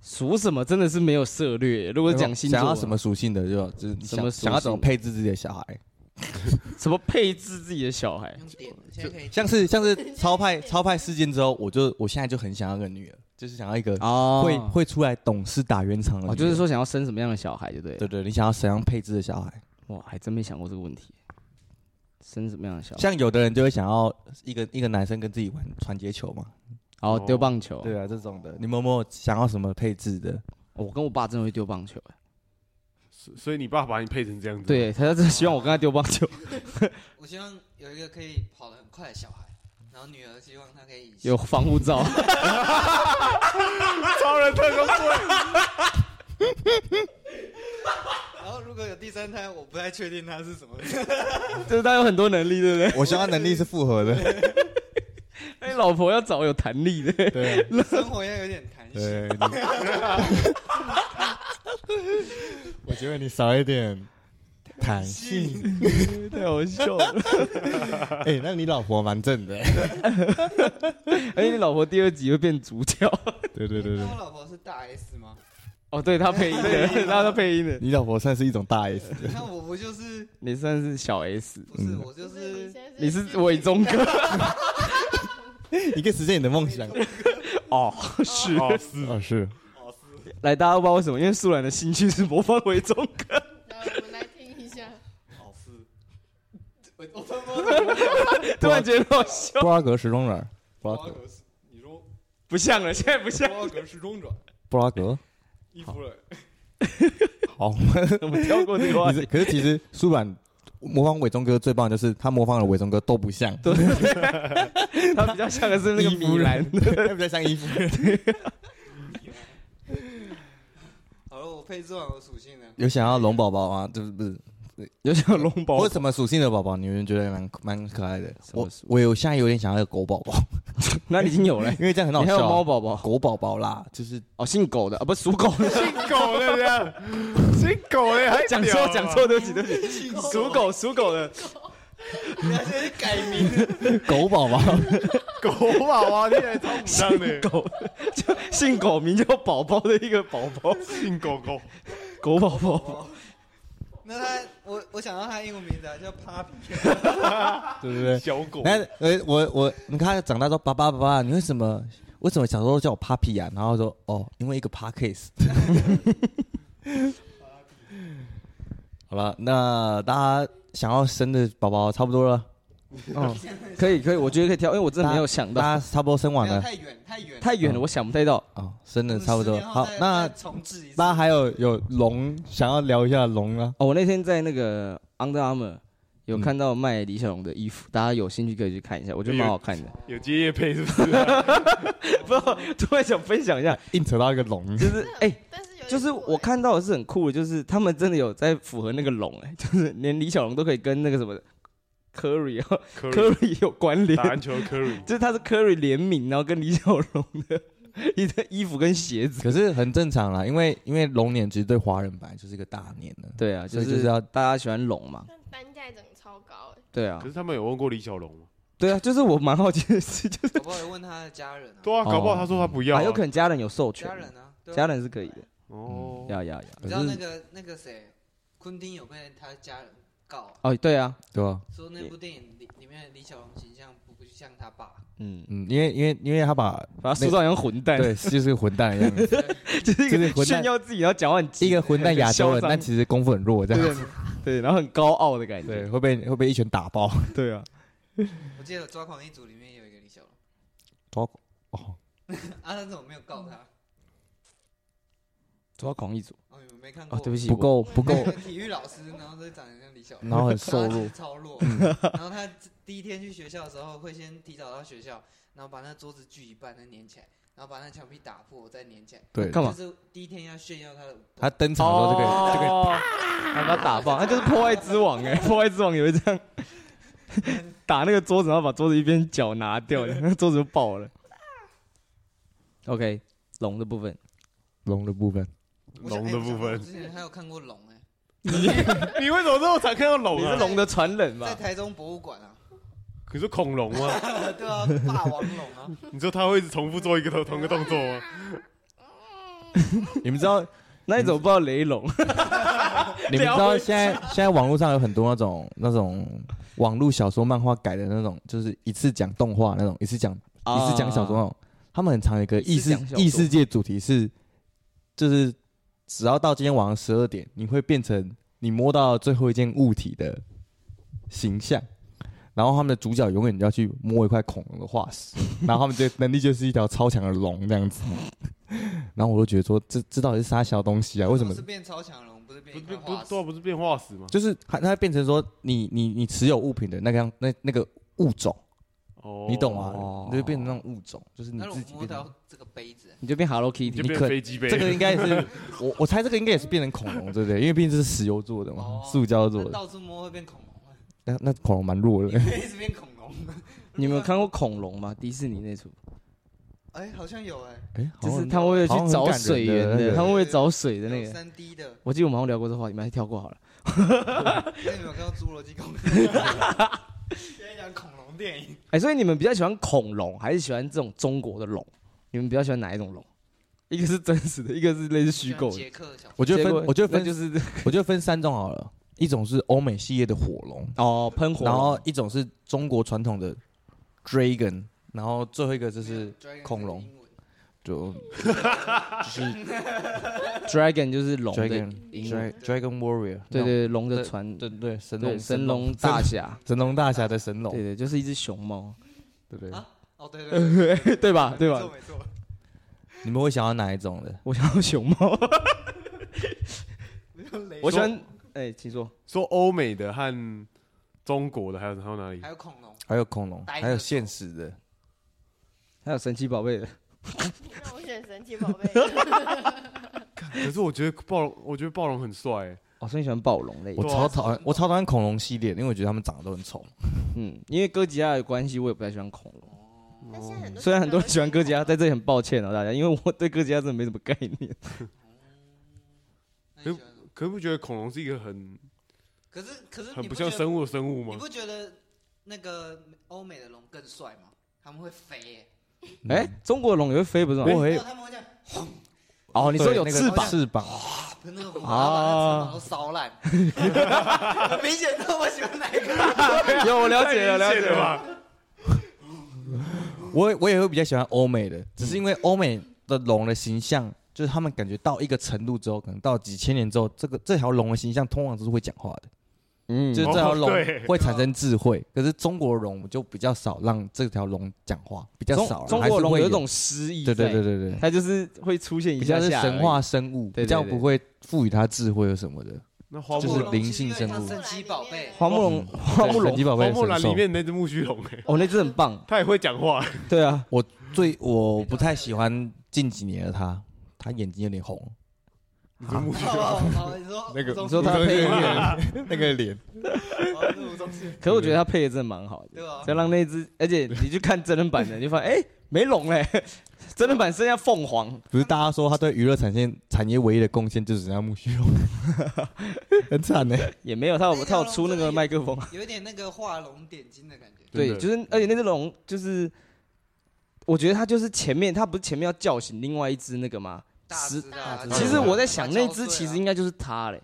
Speaker 2: 属什么真的是没有涉略。如果讲星座啊，
Speaker 4: 想要什么属性的就就是你
Speaker 2: 什么属
Speaker 4: 想
Speaker 2: 性
Speaker 4: 想要怎么配置自己的小孩，
Speaker 2: 什么配置自己的小孩，
Speaker 1: 用点的，现在可以
Speaker 4: 像是像是超 派超派事件之后，我就我现在就很想要个女儿，就是想要一个
Speaker 2: 哦
Speaker 4: 会会出来懂事打圆场的女儿。
Speaker 2: 哦，就是说想要生什么样的小孩，就对了。
Speaker 4: 对对，你想要怎样配置的小孩？
Speaker 2: 哇，还真没想过这个问题，生什么样的小孩？
Speaker 4: 像有的人就会想要一个一个男生跟自己玩传接球嘛，
Speaker 2: 哦，丢棒球。
Speaker 4: 对啊，这种的，你们有没有想要什么配置的？
Speaker 2: 哦我跟我爸真的会丢棒球，
Speaker 3: 所所以你爸把你配成这样子，，
Speaker 2: 对，他真的希望我跟他丢棒球，
Speaker 1: 我希望有一个可以跑得很快的小孩，然后女儿希望她可以
Speaker 2: 有防护 罩。
Speaker 3: 超人特工队，
Speaker 1: 然后如果有第三胎，我不太确定他是什么。
Speaker 2: 就是他有很多能力，对不 对？
Speaker 4: 我希望他能力是复合的，
Speaker 2: 哎，老婆要找有弹力 的，
Speaker 4: 对啊
Speaker 1: 生活要有点弹性。
Speaker 4: 对。 我觉得你少一点弹性。
Speaker 2: 太好笑了。
Speaker 4: 哎、那你老婆蛮正的、
Speaker 2: 而哎且你老婆第二集会变主角。
Speaker 4: 对对对
Speaker 1: 那我，老婆是大 S 吗？
Speaker 2: 哦， 对他配音的，他他配音的，
Speaker 4: 你老婆算是一种大 S，
Speaker 1: 那我不就是
Speaker 2: 你算是小 S，
Speaker 1: 不是
Speaker 4: 嗯
Speaker 1: 我就
Speaker 5: 不是
Speaker 1: 是
Speaker 5: 你现在
Speaker 2: 你是伪忠 哥
Speaker 4: 你可以实现你的梦想。
Speaker 2: 哦，是。
Speaker 3: 哦是，
Speaker 4: 啊，是
Speaker 2: 来，大家都不知道为什么，因为素兰的兴趣是模仿伪忠哥，
Speaker 5: 然后我们来听一下，
Speaker 1: 老师？我我他妈
Speaker 2: 突然觉得好笑，
Speaker 4: 啊布拉格时钟软，布拉格，
Speaker 1: 是你说
Speaker 2: 不像了，现在不 像。
Speaker 1: 格是中转
Speaker 4: 布拉格。
Speaker 1: 衣服了，
Speaker 4: 好，
Speaker 2: 我们跳过这个话
Speaker 4: 你
Speaker 2: 题
Speaker 4: 是，可是其实舒软模仿伟忠哥最棒的就是他模仿的伟忠哥都不像，
Speaker 2: 对，他比较像的是那个米兰的。
Speaker 4: 他比较像 衣服人。
Speaker 1: 好了，我配置完我属性了。
Speaker 4: 有想要龙宝宝吗？就是不是？
Speaker 2: 有小笼包
Speaker 4: 或者什么属性的宝宝，你们觉得蛮蛮可爱的？
Speaker 2: 什么
Speaker 4: 我
Speaker 2: 属
Speaker 4: 我有现在有点想要一个狗宝宝，
Speaker 2: 那 你已经有了，
Speaker 4: 因为这样很好
Speaker 2: 你还有
Speaker 4: 笑啊。
Speaker 2: 猫宝宝，
Speaker 4: 狗宝宝啦，就是
Speaker 2: 哦，姓狗的啊，不属狗的。
Speaker 3: 姓狗的这 样，姓狗的 还
Speaker 2: 讲
Speaker 3: 屌
Speaker 2: 错
Speaker 3: 啊
Speaker 2: 讲错，，对不起对不起，属狗属狗的，
Speaker 1: 你要先改名，
Speaker 4: 狗宝宝。
Speaker 3: 狗宝宝，你还超武当
Speaker 2: 姓
Speaker 3: 的，
Speaker 2: 狗就姓狗名叫宝宝的一个宝宝，
Speaker 3: 哦姓狗狗，
Speaker 2: 狗宝宝。
Speaker 1: 那他我我想到他英文名字啊叫 Papi，
Speaker 4: 对对对，
Speaker 3: 小狗，
Speaker 4: 然后呃，我我你看他长大之后，爸爸爸爸，你为什么为什么小时候叫我 Papi 啊？然后说哦，因为一个 Parkes。好了，那大家想要生的宝宝差不多了，
Speaker 2: 嗯，可以可以，我觉得可以挑，因为我真的没有想到，
Speaker 4: 大家差不多生
Speaker 1: 不
Speaker 4: 完
Speaker 1: 要
Speaker 4: 了
Speaker 1: 太远太远
Speaker 2: 太远了，
Speaker 4: 嗯
Speaker 2: 我想不太到。
Speaker 4: 哦，生
Speaker 1: 我
Speaker 4: 的
Speaker 1: 们
Speaker 4: 差不
Speaker 1: 十
Speaker 4: 多。
Speaker 1: 年后
Speaker 4: 好
Speaker 1: 再，
Speaker 4: 那
Speaker 1: 再重置一次
Speaker 4: 大家还有有龙想要聊一下龙啊？
Speaker 2: 哦，我那天在那个 Under Armour 有
Speaker 4: 嗯
Speaker 2: 看到卖李小龙的衣服，大家有兴趣可以去看一下，我觉得蛮好看的。
Speaker 3: 有接叶配是不是啊？
Speaker 2: 不，突然想分享一下，
Speaker 4: 硬扯到一个龙
Speaker 2: 就， 是哎、
Speaker 5: 但是有点
Speaker 2: 就是
Speaker 5: 酷
Speaker 2: 我
Speaker 5: 欸
Speaker 2: 看到的是很酷的，就是他们真的有在符合那个龙，哎，就是连李小龙都可以跟那个什么 Curry 哦
Speaker 3: Curry
Speaker 2: Curry 有关联
Speaker 3: 打，篮球 Curry，
Speaker 2: 就是他是 Curry 联名，然后跟李小龙的一的衣服跟鞋子。
Speaker 4: 可是很正常啦，因为因为龙年其实对华人本来就是一个大年了。
Speaker 2: 对啊，就
Speaker 4: 所以就是是要
Speaker 2: 大家喜欢龙嘛，
Speaker 5: 但单价整个超高哎，
Speaker 2: 对啊
Speaker 3: 可，是他们有问过李小龙吗？
Speaker 2: 对啊，就是我蛮好奇的事，就
Speaker 1: 搞不好有问他的家人啊，
Speaker 3: 对啊，搞不好他说他不要啊，
Speaker 2: 还有可能家人有授权
Speaker 1: 家，人啊，对啊
Speaker 2: 家人是可以的，
Speaker 3: 哦，
Speaker 2: 要要要。
Speaker 1: 你知道那个那个谁，昆汀有被他家人告，
Speaker 2: 哦，对啊，
Speaker 4: 对吧、
Speaker 1: 说那部电影里里面李小龙形象不不像他爸，
Speaker 2: 嗯，
Speaker 4: 嗯，因为因为因为他把
Speaker 2: 把他塑造成混蛋，
Speaker 4: 对，，就是个混蛋的样 子，
Speaker 2: 就是
Speaker 4: 就是
Speaker 2: 一个
Speaker 4: 混蛋
Speaker 2: 炫耀自己，然后讲话很急
Speaker 4: 一个混蛋亚洲人，但其实功夫很弱，这
Speaker 2: 对
Speaker 4: 样
Speaker 2: 对对，然后很高傲的感觉，
Speaker 4: 对，会被会被一拳打爆。
Speaker 2: 对啊，
Speaker 1: 我记得《抓狂一族》里面有一个李小龙，
Speaker 4: 哦，
Speaker 1: 阿三怎么没有告他？
Speaker 2: 抓狂一族
Speaker 1: 哦，你们没看过？
Speaker 2: 哦，对不 起，
Speaker 4: 不够不够
Speaker 1: 那，个体育老师，然后就长得像李小龙，
Speaker 4: 然后很
Speaker 1: 他
Speaker 4: 瘦
Speaker 1: 其
Speaker 4: 弱
Speaker 1: 实，超弱。然后他第一天去学校的时候，会先提早到学校，然后把那桌子锯一半，再粘起来，然后把那墙壁打破再粘起来。
Speaker 4: 对，
Speaker 2: 干嘛
Speaker 1: 就是第一天要炫耀他的舞步
Speaker 4: 他登场的时候就可以，就可以
Speaker 1: 哦
Speaker 2: 还把它打爆，那就是破坏之王哎、 破坏之王也 会这样打那个桌子，然后把桌子一边角拿掉，那 桌子就爆了。OK，龙的部分，
Speaker 4: 龙的部分。
Speaker 1: 我想
Speaker 3: 龙的部
Speaker 1: 哎我
Speaker 3: 分。
Speaker 1: 之前还有看过龙哎，
Speaker 3: 你为什么这么常看到 龙
Speaker 2: 你
Speaker 3: 啊
Speaker 2: 是？龙的传人吧
Speaker 1: 在？台中博物馆啊，
Speaker 3: 可是恐龙啊，
Speaker 1: 对啊，霸王龙啊，
Speaker 3: 你说它会一直重复做一个同同一个动 作吗？嗯
Speaker 4: 你们知道，
Speaker 2: 那你怎么不知道雷 龙？
Speaker 4: 你们知道现在现在网络上有很多那种那种网络小说、漫画改的那种，就是一次讲动画那种，一次讲一次讲小说
Speaker 1: 啊
Speaker 4: 啊那种。他们很常有一个异
Speaker 2: 一次
Speaker 4: 世
Speaker 2: 讲小说
Speaker 4: 异世界主题是，就是只要到今天晚上十二点，你会变成你摸到最后一件物体的形象。然后他们的主角永远要去摸一块恐龙的化 石，然后他们的能力就是一条超强的龙这样子。然后我就觉得说，这这到底是啥小东西啊？为什么
Speaker 1: 哦是变超强龙，不是变
Speaker 3: 不
Speaker 1: 一
Speaker 3: 是
Speaker 1: 块
Speaker 3: 变不
Speaker 1: 化
Speaker 3: 是对啊，
Speaker 1: 石？
Speaker 3: 不是变化石吗？
Speaker 4: 就是它它会变成说你你你持有物品的那个样那那个物种，
Speaker 3: 哦
Speaker 4: 你懂啊吗？
Speaker 2: 哦
Speaker 4: 你就会变成那种物种，就是你
Speaker 1: 那如
Speaker 4: 自
Speaker 1: 果
Speaker 4: 己
Speaker 1: 摸
Speaker 4: 变成。
Speaker 1: 到这个杯子，
Speaker 2: 你就变 Hello
Speaker 3: 你就
Speaker 2: Kitty，
Speaker 3: 变
Speaker 4: 可
Speaker 3: 飞机杯。
Speaker 4: 这个应该 是我我猜这个应该也是变成恐龙，对不对？因为毕竟这是石油做的嘛，
Speaker 1: 哦
Speaker 4: 塑胶做
Speaker 1: 那
Speaker 4: 的，
Speaker 1: 到处摸会变恐龙啊，
Speaker 4: 那那恐龙蛮弱 的。
Speaker 1: 一直变恐龙。
Speaker 2: 你们有看过恐龙吗？迪士尼那出，
Speaker 1: 哎，好像有哎，
Speaker 4: 哎，好
Speaker 2: 就
Speaker 4: 像
Speaker 2: 是他们为了
Speaker 4: 好像
Speaker 2: 去
Speaker 4: 很
Speaker 2: 找
Speaker 4: 感人
Speaker 2: 水
Speaker 4: 的
Speaker 2: 源
Speaker 4: 那
Speaker 2: 的，
Speaker 4: 个
Speaker 2: 他们为了找水的那个。
Speaker 1: 三 D 的，
Speaker 2: 我记得我们好像聊过这话题，你们还是跳过好了。
Speaker 1: 那你有没有看到侏罗纪公园？现在讲恐龙电影，
Speaker 2: 哎、所以你们比较喜欢恐龙，还是喜欢这种中国的龙？你们比较喜欢哪一种龙？一个是真实的，一个是类似虚构的。
Speaker 1: 杰克小
Speaker 4: 我觉得
Speaker 2: 结果
Speaker 4: 分我觉得
Speaker 2: 那
Speaker 4: 分
Speaker 2: 就
Speaker 4: 就是
Speaker 2: 是
Speaker 4: 我觉得分三种好了，一种是欧美系列的火龙，
Speaker 2: 哦，喷火龙，
Speaker 4: 然后一种是中国传统的 dragon，然后最后一个就是恐龙就就是
Speaker 2: dragon 就是龙的
Speaker 4: dragon
Speaker 2: 英文，
Speaker 4: Dra- dragon warrior，
Speaker 2: 对对对，龙的
Speaker 4: 对
Speaker 2: 传，
Speaker 4: 对对，神
Speaker 2: 对
Speaker 4: 龙
Speaker 2: 神龙
Speaker 4: 神
Speaker 2: 大 侠，
Speaker 4: 神龙大侠的神龙，
Speaker 2: 对对，就是一只熊猫，
Speaker 4: 对对
Speaker 1: 啊哦，对 对 对
Speaker 2: 对吧？对
Speaker 1: 没
Speaker 2: 吧
Speaker 1: 错？没错，
Speaker 4: 你们会想要哪一种的？
Speaker 2: 我想要熊猫，我
Speaker 1: 我
Speaker 2: 喜欢，哎、请说，
Speaker 3: 说欧美的和中国的还有还有哪 里
Speaker 1: 还？有恐龙，
Speaker 4: 还有恐龙，
Speaker 1: Dinosaur
Speaker 4: 还有现实的，
Speaker 2: 还有神奇宝贝的，
Speaker 5: 那我选神奇宝 贝。
Speaker 3: 哦可是我觉得暴龙，我觉得暴龙很帅欸。
Speaker 2: 哦，所以你喜欢暴龙类的
Speaker 4: 我
Speaker 3: 对啊
Speaker 4: 超讨厌，我超讨厌恐龙系列，因为我觉得他们长得都很丑。
Speaker 2: 嗯，因为哥吉拉的关系，我也不太喜欢恐
Speaker 1: 哦
Speaker 2: 龙。
Speaker 5: 但现在很多
Speaker 2: 虽然很多人喜欢哥吉拉，
Speaker 5: 但
Speaker 2: 在这里很抱歉哦，大家，因为我对哥吉拉真的没什么概念。
Speaker 1: 那你喜欢什么？
Speaker 3: 可是不觉得恐龙是一个很
Speaker 1: 可是可是
Speaker 3: 很
Speaker 1: 你
Speaker 3: 不
Speaker 1: 觉
Speaker 3: 像
Speaker 1: 得
Speaker 3: 生物的生物
Speaker 1: 你
Speaker 3: 吗？
Speaker 1: 不觉得那个欧美的龙更帅吗？他们会飞耶，
Speaker 2: 哎、中国的龙也会飞，不是吗？
Speaker 4: 我
Speaker 1: 没
Speaker 4: 会
Speaker 1: 有他们会这样，
Speaker 2: 哦，你说
Speaker 4: 对
Speaker 2: 有
Speaker 4: 那个
Speaker 2: 翅膀，
Speaker 4: 翅膀，
Speaker 1: 跟那个虎，然后把那翅膀都
Speaker 2: 啊
Speaker 1: 烧烂， 很明显知道我喜欢哪一个。
Speaker 2: 有我了解了，了解
Speaker 3: 对
Speaker 2: 了。
Speaker 3: 啊吧？
Speaker 4: 我我也会比较喜欢欧美的，只是因为欧美的龙的形象，就是他们感觉到一个程度之后，可能到几千年之后，这个这条龙的形象通常都是会讲话的，
Speaker 2: 嗯，
Speaker 4: 就是
Speaker 2: 就
Speaker 4: 这条
Speaker 3: 哦
Speaker 4: 龙
Speaker 3: 对
Speaker 4: 会产生智慧。可是中国龙就比较少让这条龙讲话，比较少
Speaker 2: 中中
Speaker 4: 啦。还
Speaker 2: 国
Speaker 4: 是
Speaker 2: 龙
Speaker 4: 会
Speaker 2: 有一种诗意，
Speaker 4: 对对对，对对，
Speaker 2: 它就是会出现一
Speaker 4: 比
Speaker 2: 下
Speaker 4: 较是
Speaker 2: 下而已
Speaker 4: 神话，生物，
Speaker 2: 对对
Speaker 4: 比较
Speaker 2: 对
Speaker 4: 不会赋予它智慧或什么的。
Speaker 3: 那花
Speaker 4: 就
Speaker 3: 木
Speaker 4: 是
Speaker 3: 兰，
Speaker 4: 灵性生物
Speaker 1: 因为它神奇宝贝，
Speaker 2: 花木龙，花木
Speaker 4: 嗯神
Speaker 2: 龙
Speaker 4: 奇，宝贝
Speaker 3: 花
Speaker 4: 的
Speaker 3: 木兰
Speaker 4: 神兽
Speaker 3: 里面那只木须龙，哎，
Speaker 2: 哦，那只很棒，
Speaker 3: 它也会 讲话。
Speaker 2: 对啊，
Speaker 4: 最我不太喜欢近几年的他，他眼睛有点红，
Speaker 3: 你说木须龙
Speaker 1: 哦哦你说
Speaker 4: 那个
Speaker 1: 吴宗
Speaker 2: 你说它配音员，
Speaker 4: 那个脸。
Speaker 1: 哦是吴宗宪
Speaker 2: 可是我觉得它配的真的蛮好的，
Speaker 1: 对吧？
Speaker 2: 再让那只，而且你去看真人版的，你就发现哎没龙嘞，真人版剩下凤凰，
Speaker 4: 不是大家说他对娱乐产业产业唯一的贡献就是让木须 龙，很惨欸呢、
Speaker 2: 也没有它有它有出那
Speaker 1: 那个
Speaker 2: 个
Speaker 1: 龙
Speaker 2: 麦克风，啊
Speaker 1: 有一点那个画龙点睛的感觉。
Speaker 3: 真
Speaker 2: 对，
Speaker 3: 的
Speaker 2: 就是而且那只龙就是，我觉得它就是前面它不是前面要叫醒另外一只那个吗？
Speaker 1: 大
Speaker 2: 十
Speaker 1: 只的啊
Speaker 5: 大只
Speaker 2: 其实我在想，那只其实应
Speaker 1: 该
Speaker 2: 该就是它嘞，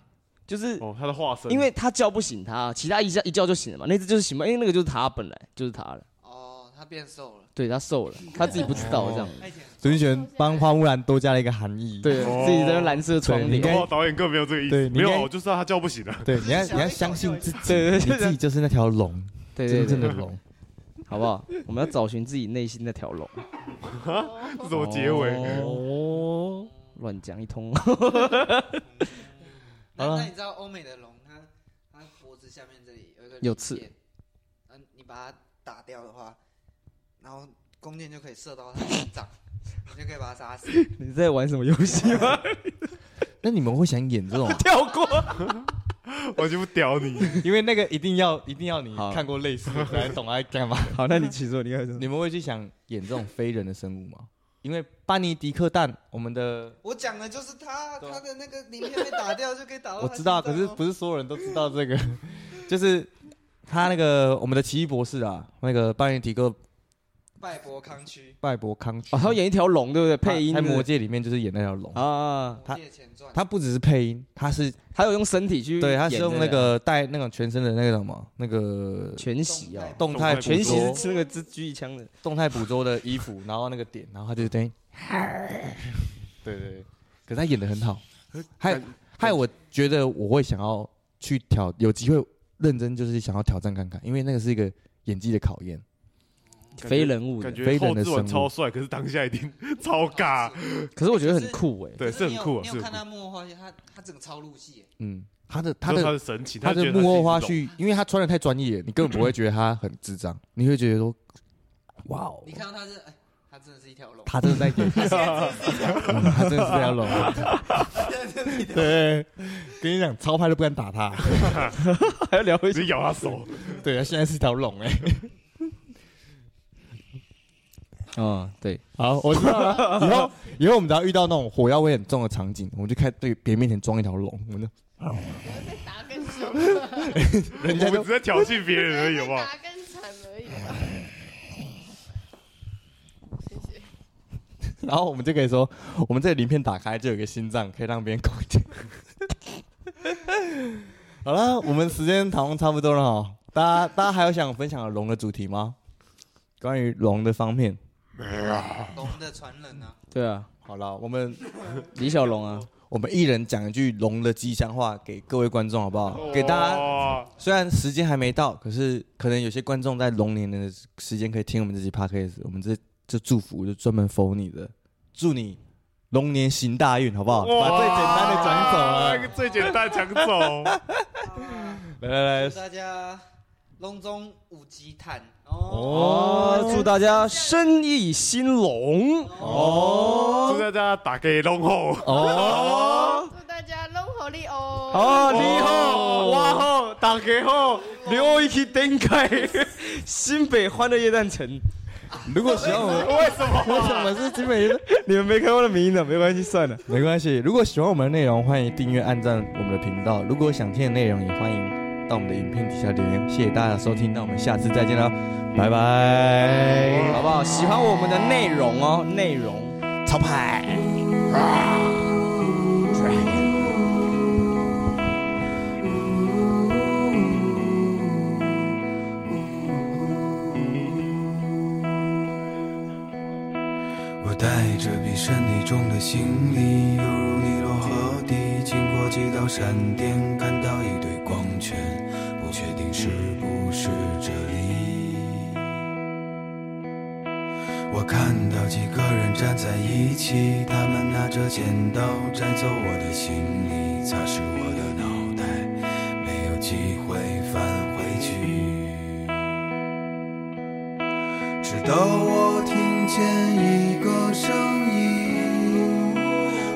Speaker 2: 就是
Speaker 3: 哦，它的化身，
Speaker 2: 因为它叫不醒它，其他一叫一叫就醒了嘛，那只就是醒嘛，因为那个就是它本来就是它了，
Speaker 1: 哦，它变瘦 了，
Speaker 2: 对，它瘦了，它自己不知道这样，
Speaker 1: 它以前
Speaker 4: 所以你选帮花木兰多加了一个含义。
Speaker 2: 对，
Speaker 3: 哦
Speaker 2: 自己在那蓝色窗
Speaker 4: 对
Speaker 2: 帘
Speaker 4: 你，该
Speaker 3: 哦，导演更没有这个意
Speaker 4: 对
Speaker 3: 思，
Speaker 4: 你
Speaker 3: 没有
Speaker 4: 应
Speaker 3: 啊，
Speaker 4: 该
Speaker 3: 我就知道它叫不醒了。
Speaker 4: 对，你要你
Speaker 1: 想要
Speaker 4: 要相信自己，
Speaker 2: 对对
Speaker 4: 你
Speaker 2: 对
Speaker 4: 自己就是那条龙，
Speaker 2: 对对
Speaker 4: 真正的
Speaker 2: 对，
Speaker 4: 龙。
Speaker 2: 好不好？我们要找寻自己内心那条龙。
Speaker 3: 这怎么结尾？
Speaker 2: 哦，乱讲一通。
Speaker 1: 那
Speaker 4: 好了
Speaker 1: 那你知道欧美的龙，它它脖子下面这里有一个
Speaker 2: 有刺
Speaker 1: 鳞片，嗯，你把它打掉的话，然后弓箭就可以射到它的心脏， 你就可以把他杀死。
Speaker 2: 你在玩什么游戏 吗？
Speaker 4: 那你们会想演这种？
Speaker 2: 跳过。
Speaker 3: 我就不屌你。
Speaker 4: 因为那个一定要一定要你
Speaker 2: 好
Speaker 4: 看过类似的才懂他在干嘛。
Speaker 2: 好，那你起诉，你开始。
Speaker 4: 你们会去想演这种非人的生物吗？因为班尼迪克蛋，我们的
Speaker 1: 我讲的就是他，
Speaker 4: 对啊
Speaker 1: 他的那个鳞片被打掉就可以打到。
Speaker 4: 我知道，可是不是所有人都知道这个， 就是他那个我们的奇异博士啊，那个班尼迪克
Speaker 1: 拜博康区
Speaker 4: 拜伯康区
Speaker 2: 哦，他要演一条龙，对不对？配音
Speaker 4: 他
Speaker 2: 是
Speaker 4: 在
Speaker 2: 不是
Speaker 4: 魔界里面就是演那条龙，
Speaker 2: 啊，
Speaker 1: 《魔界前传》，
Speaker 4: 他不只是配音，他是
Speaker 2: 还有用身体去演，
Speaker 4: 对，他是
Speaker 2: 对
Speaker 4: 用
Speaker 2: 不
Speaker 4: 那
Speaker 2: 对
Speaker 4: 个带那种全身的那个什么那个
Speaker 2: 全息啊，
Speaker 4: 动态捕捉
Speaker 2: 全息是吃那个狙一枪的。
Speaker 4: 动态捕捉的衣服，然后那个点，然后他就等于，对对对，可是他演的很好， 害害我觉得我会想要去挑，有机会认真就是想要挑战看看，因为那个是一个演技的考验。
Speaker 3: 觉
Speaker 2: 非人物的
Speaker 3: 感，觉
Speaker 4: 非
Speaker 3: 后
Speaker 4: 人的
Speaker 3: 置完
Speaker 4: 生物
Speaker 3: 超帅，可是当下一定 超尬。
Speaker 2: 可是我觉得很酷哎。
Speaker 3: 对，
Speaker 1: 可是
Speaker 3: 是
Speaker 1: 你
Speaker 3: 很
Speaker 1: 有
Speaker 3: 酷啊，
Speaker 1: 你
Speaker 3: 是
Speaker 1: 有看
Speaker 3: 很酷
Speaker 1: 他幕后花絮，他他整个超入戏耶，
Speaker 4: 嗯，他的他
Speaker 3: 他他
Speaker 4: 的
Speaker 3: 的神情，
Speaker 4: 他
Speaker 3: 觉
Speaker 4: 的
Speaker 3: 得
Speaker 4: 幕后花
Speaker 3: 自己
Speaker 4: 絮，因为他穿的太专业，你根本不会觉得他很智障，你会觉得说，哇哦
Speaker 1: 你，看到他是，哎，他真的是一条龙，
Speaker 4: 他真的在演，嗯他真的是要龙，对，跟你讲，超派都不敢打他，
Speaker 2: 还要聊回
Speaker 3: 懂，直接咬他 手。
Speaker 4: 对，他现在是条龙哎。
Speaker 2: 啊，对，
Speaker 4: 好，我知道了。 以后以后我们只要遇到那种火药味很重的场景，我们就开始对别人面前装一条龙，我们就
Speaker 5: 再打 更凶，人
Speaker 3: 人家我们只在挑衅别人而已，好不好？
Speaker 5: 打更惨而已吧。 谢谢。
Speaker 4: 然后我们就可以说，我们这个鳞片打开就有一个心脏，可以让别人攻击。 好了，我们时间讨论差不多了哈。大家大家还有想分享的龙的主题吗？关于龙的方面，
Speaker 1: 龙的传人啊，
Speaker 2: 对啊，
Speaker 4: 好了，我们
Speaker 2: 李小龙啊，
Speaker 4: 我们一人讲一句龙的吉祥话给各位观众好不
Speaker 3: 哦
Speaker 4: 好？给大家
Speaker 3: 家
Speaker 4: 虽然时间还没到，可是可能有些观众在龙年的时间可以听我们这期 podcast，我们这这祝福就专门 for 你的，祝你龙年行大运，好不好？把最简单的转走了。，
Speaker 3: 啊最简单的抢走。
Speaker 4: 来来
Speaker 1: 祝大
Speaker 4: 来，
Speaker 1: 家龙中五级坦哦，
Speaker 2: 哦，祝大家生意兴隆
Speaker 3: 祝大家打给龙后，
Speaker 2: 啊
Speaker 4: 哦，
Speaker 5: 祝大家龙猴利哦！
Speaker 2: 哦，你好，我好，大家好，留一起展 开新北欢乐夜诞城。
Speaker 4: 如果喜欢我们，
Speaker 3: 为什么？
Speaker 4: 为什么是金美？
Speaker 2: 你们没看过的名呢，没关系，算了。
Speaker 4: 没关系，如果喜欢我们的内容，欢迎订阅、按赞我们的频道。如果想听的内容，也欢迎到我们的影片底下留言。谢谢大家的收听，那我们下次再见啦，拜拜，
Speaker 2: 好不好？喜欢我们的内容哦，内容。
Speaker 4: 超派。
Speaker 8: 我带着比身体重的行李，犹如尼罗河底，经过几道闪电，看到一堆光圈，不确定是不是这里。我看到几个人站在一起，他们拿着剪刀摘走我的行李，擦拭我的脑袋，没有机会返回去。直到我听见一个声音，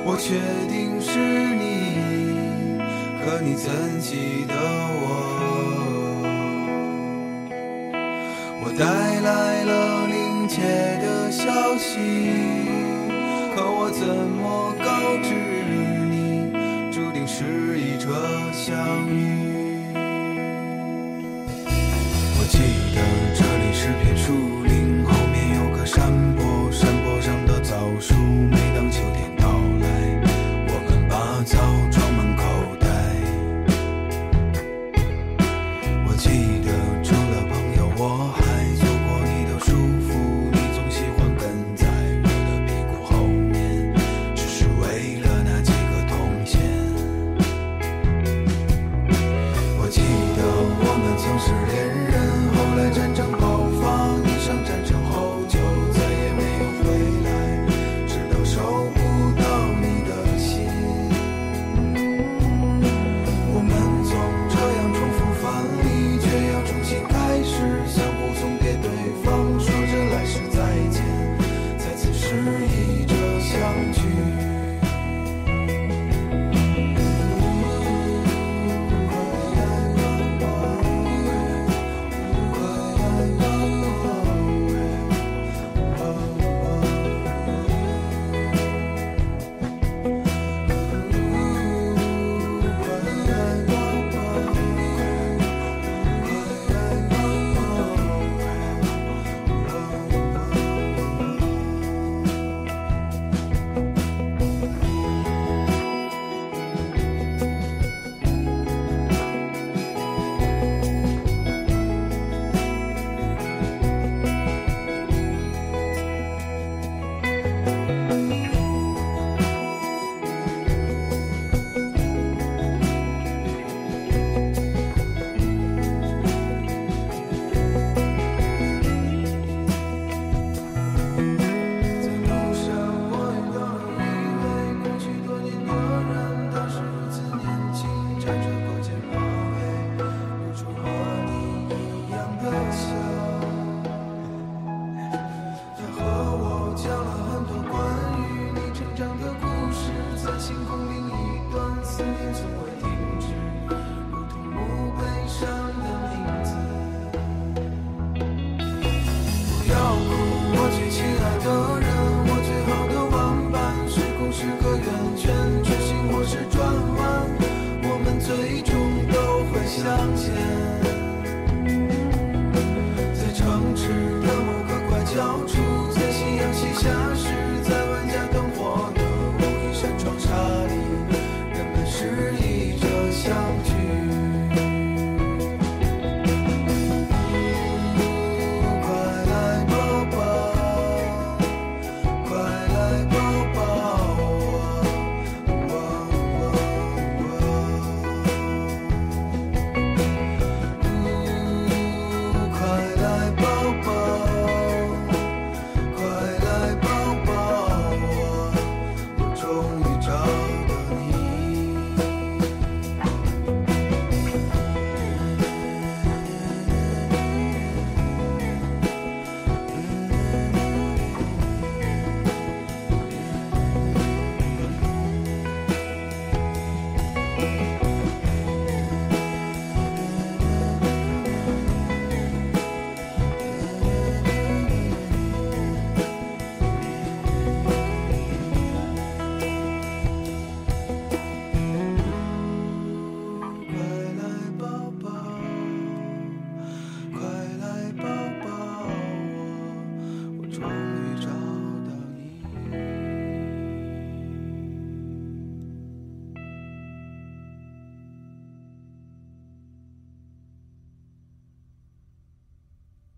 Speaker 8: 我确定是你和你曾记得我。我带来了临界的消息，可我怎么告知你，注定是一场相遇。我记得这里是片树林，后面有个山坡，山坡上的枣树。每当秋天到来，我们把枣装满口袋。我记得除了朋友，我还做过你的束缚，你总喜欢跟在我的屁股后面，只是为了那几个铜钱。见。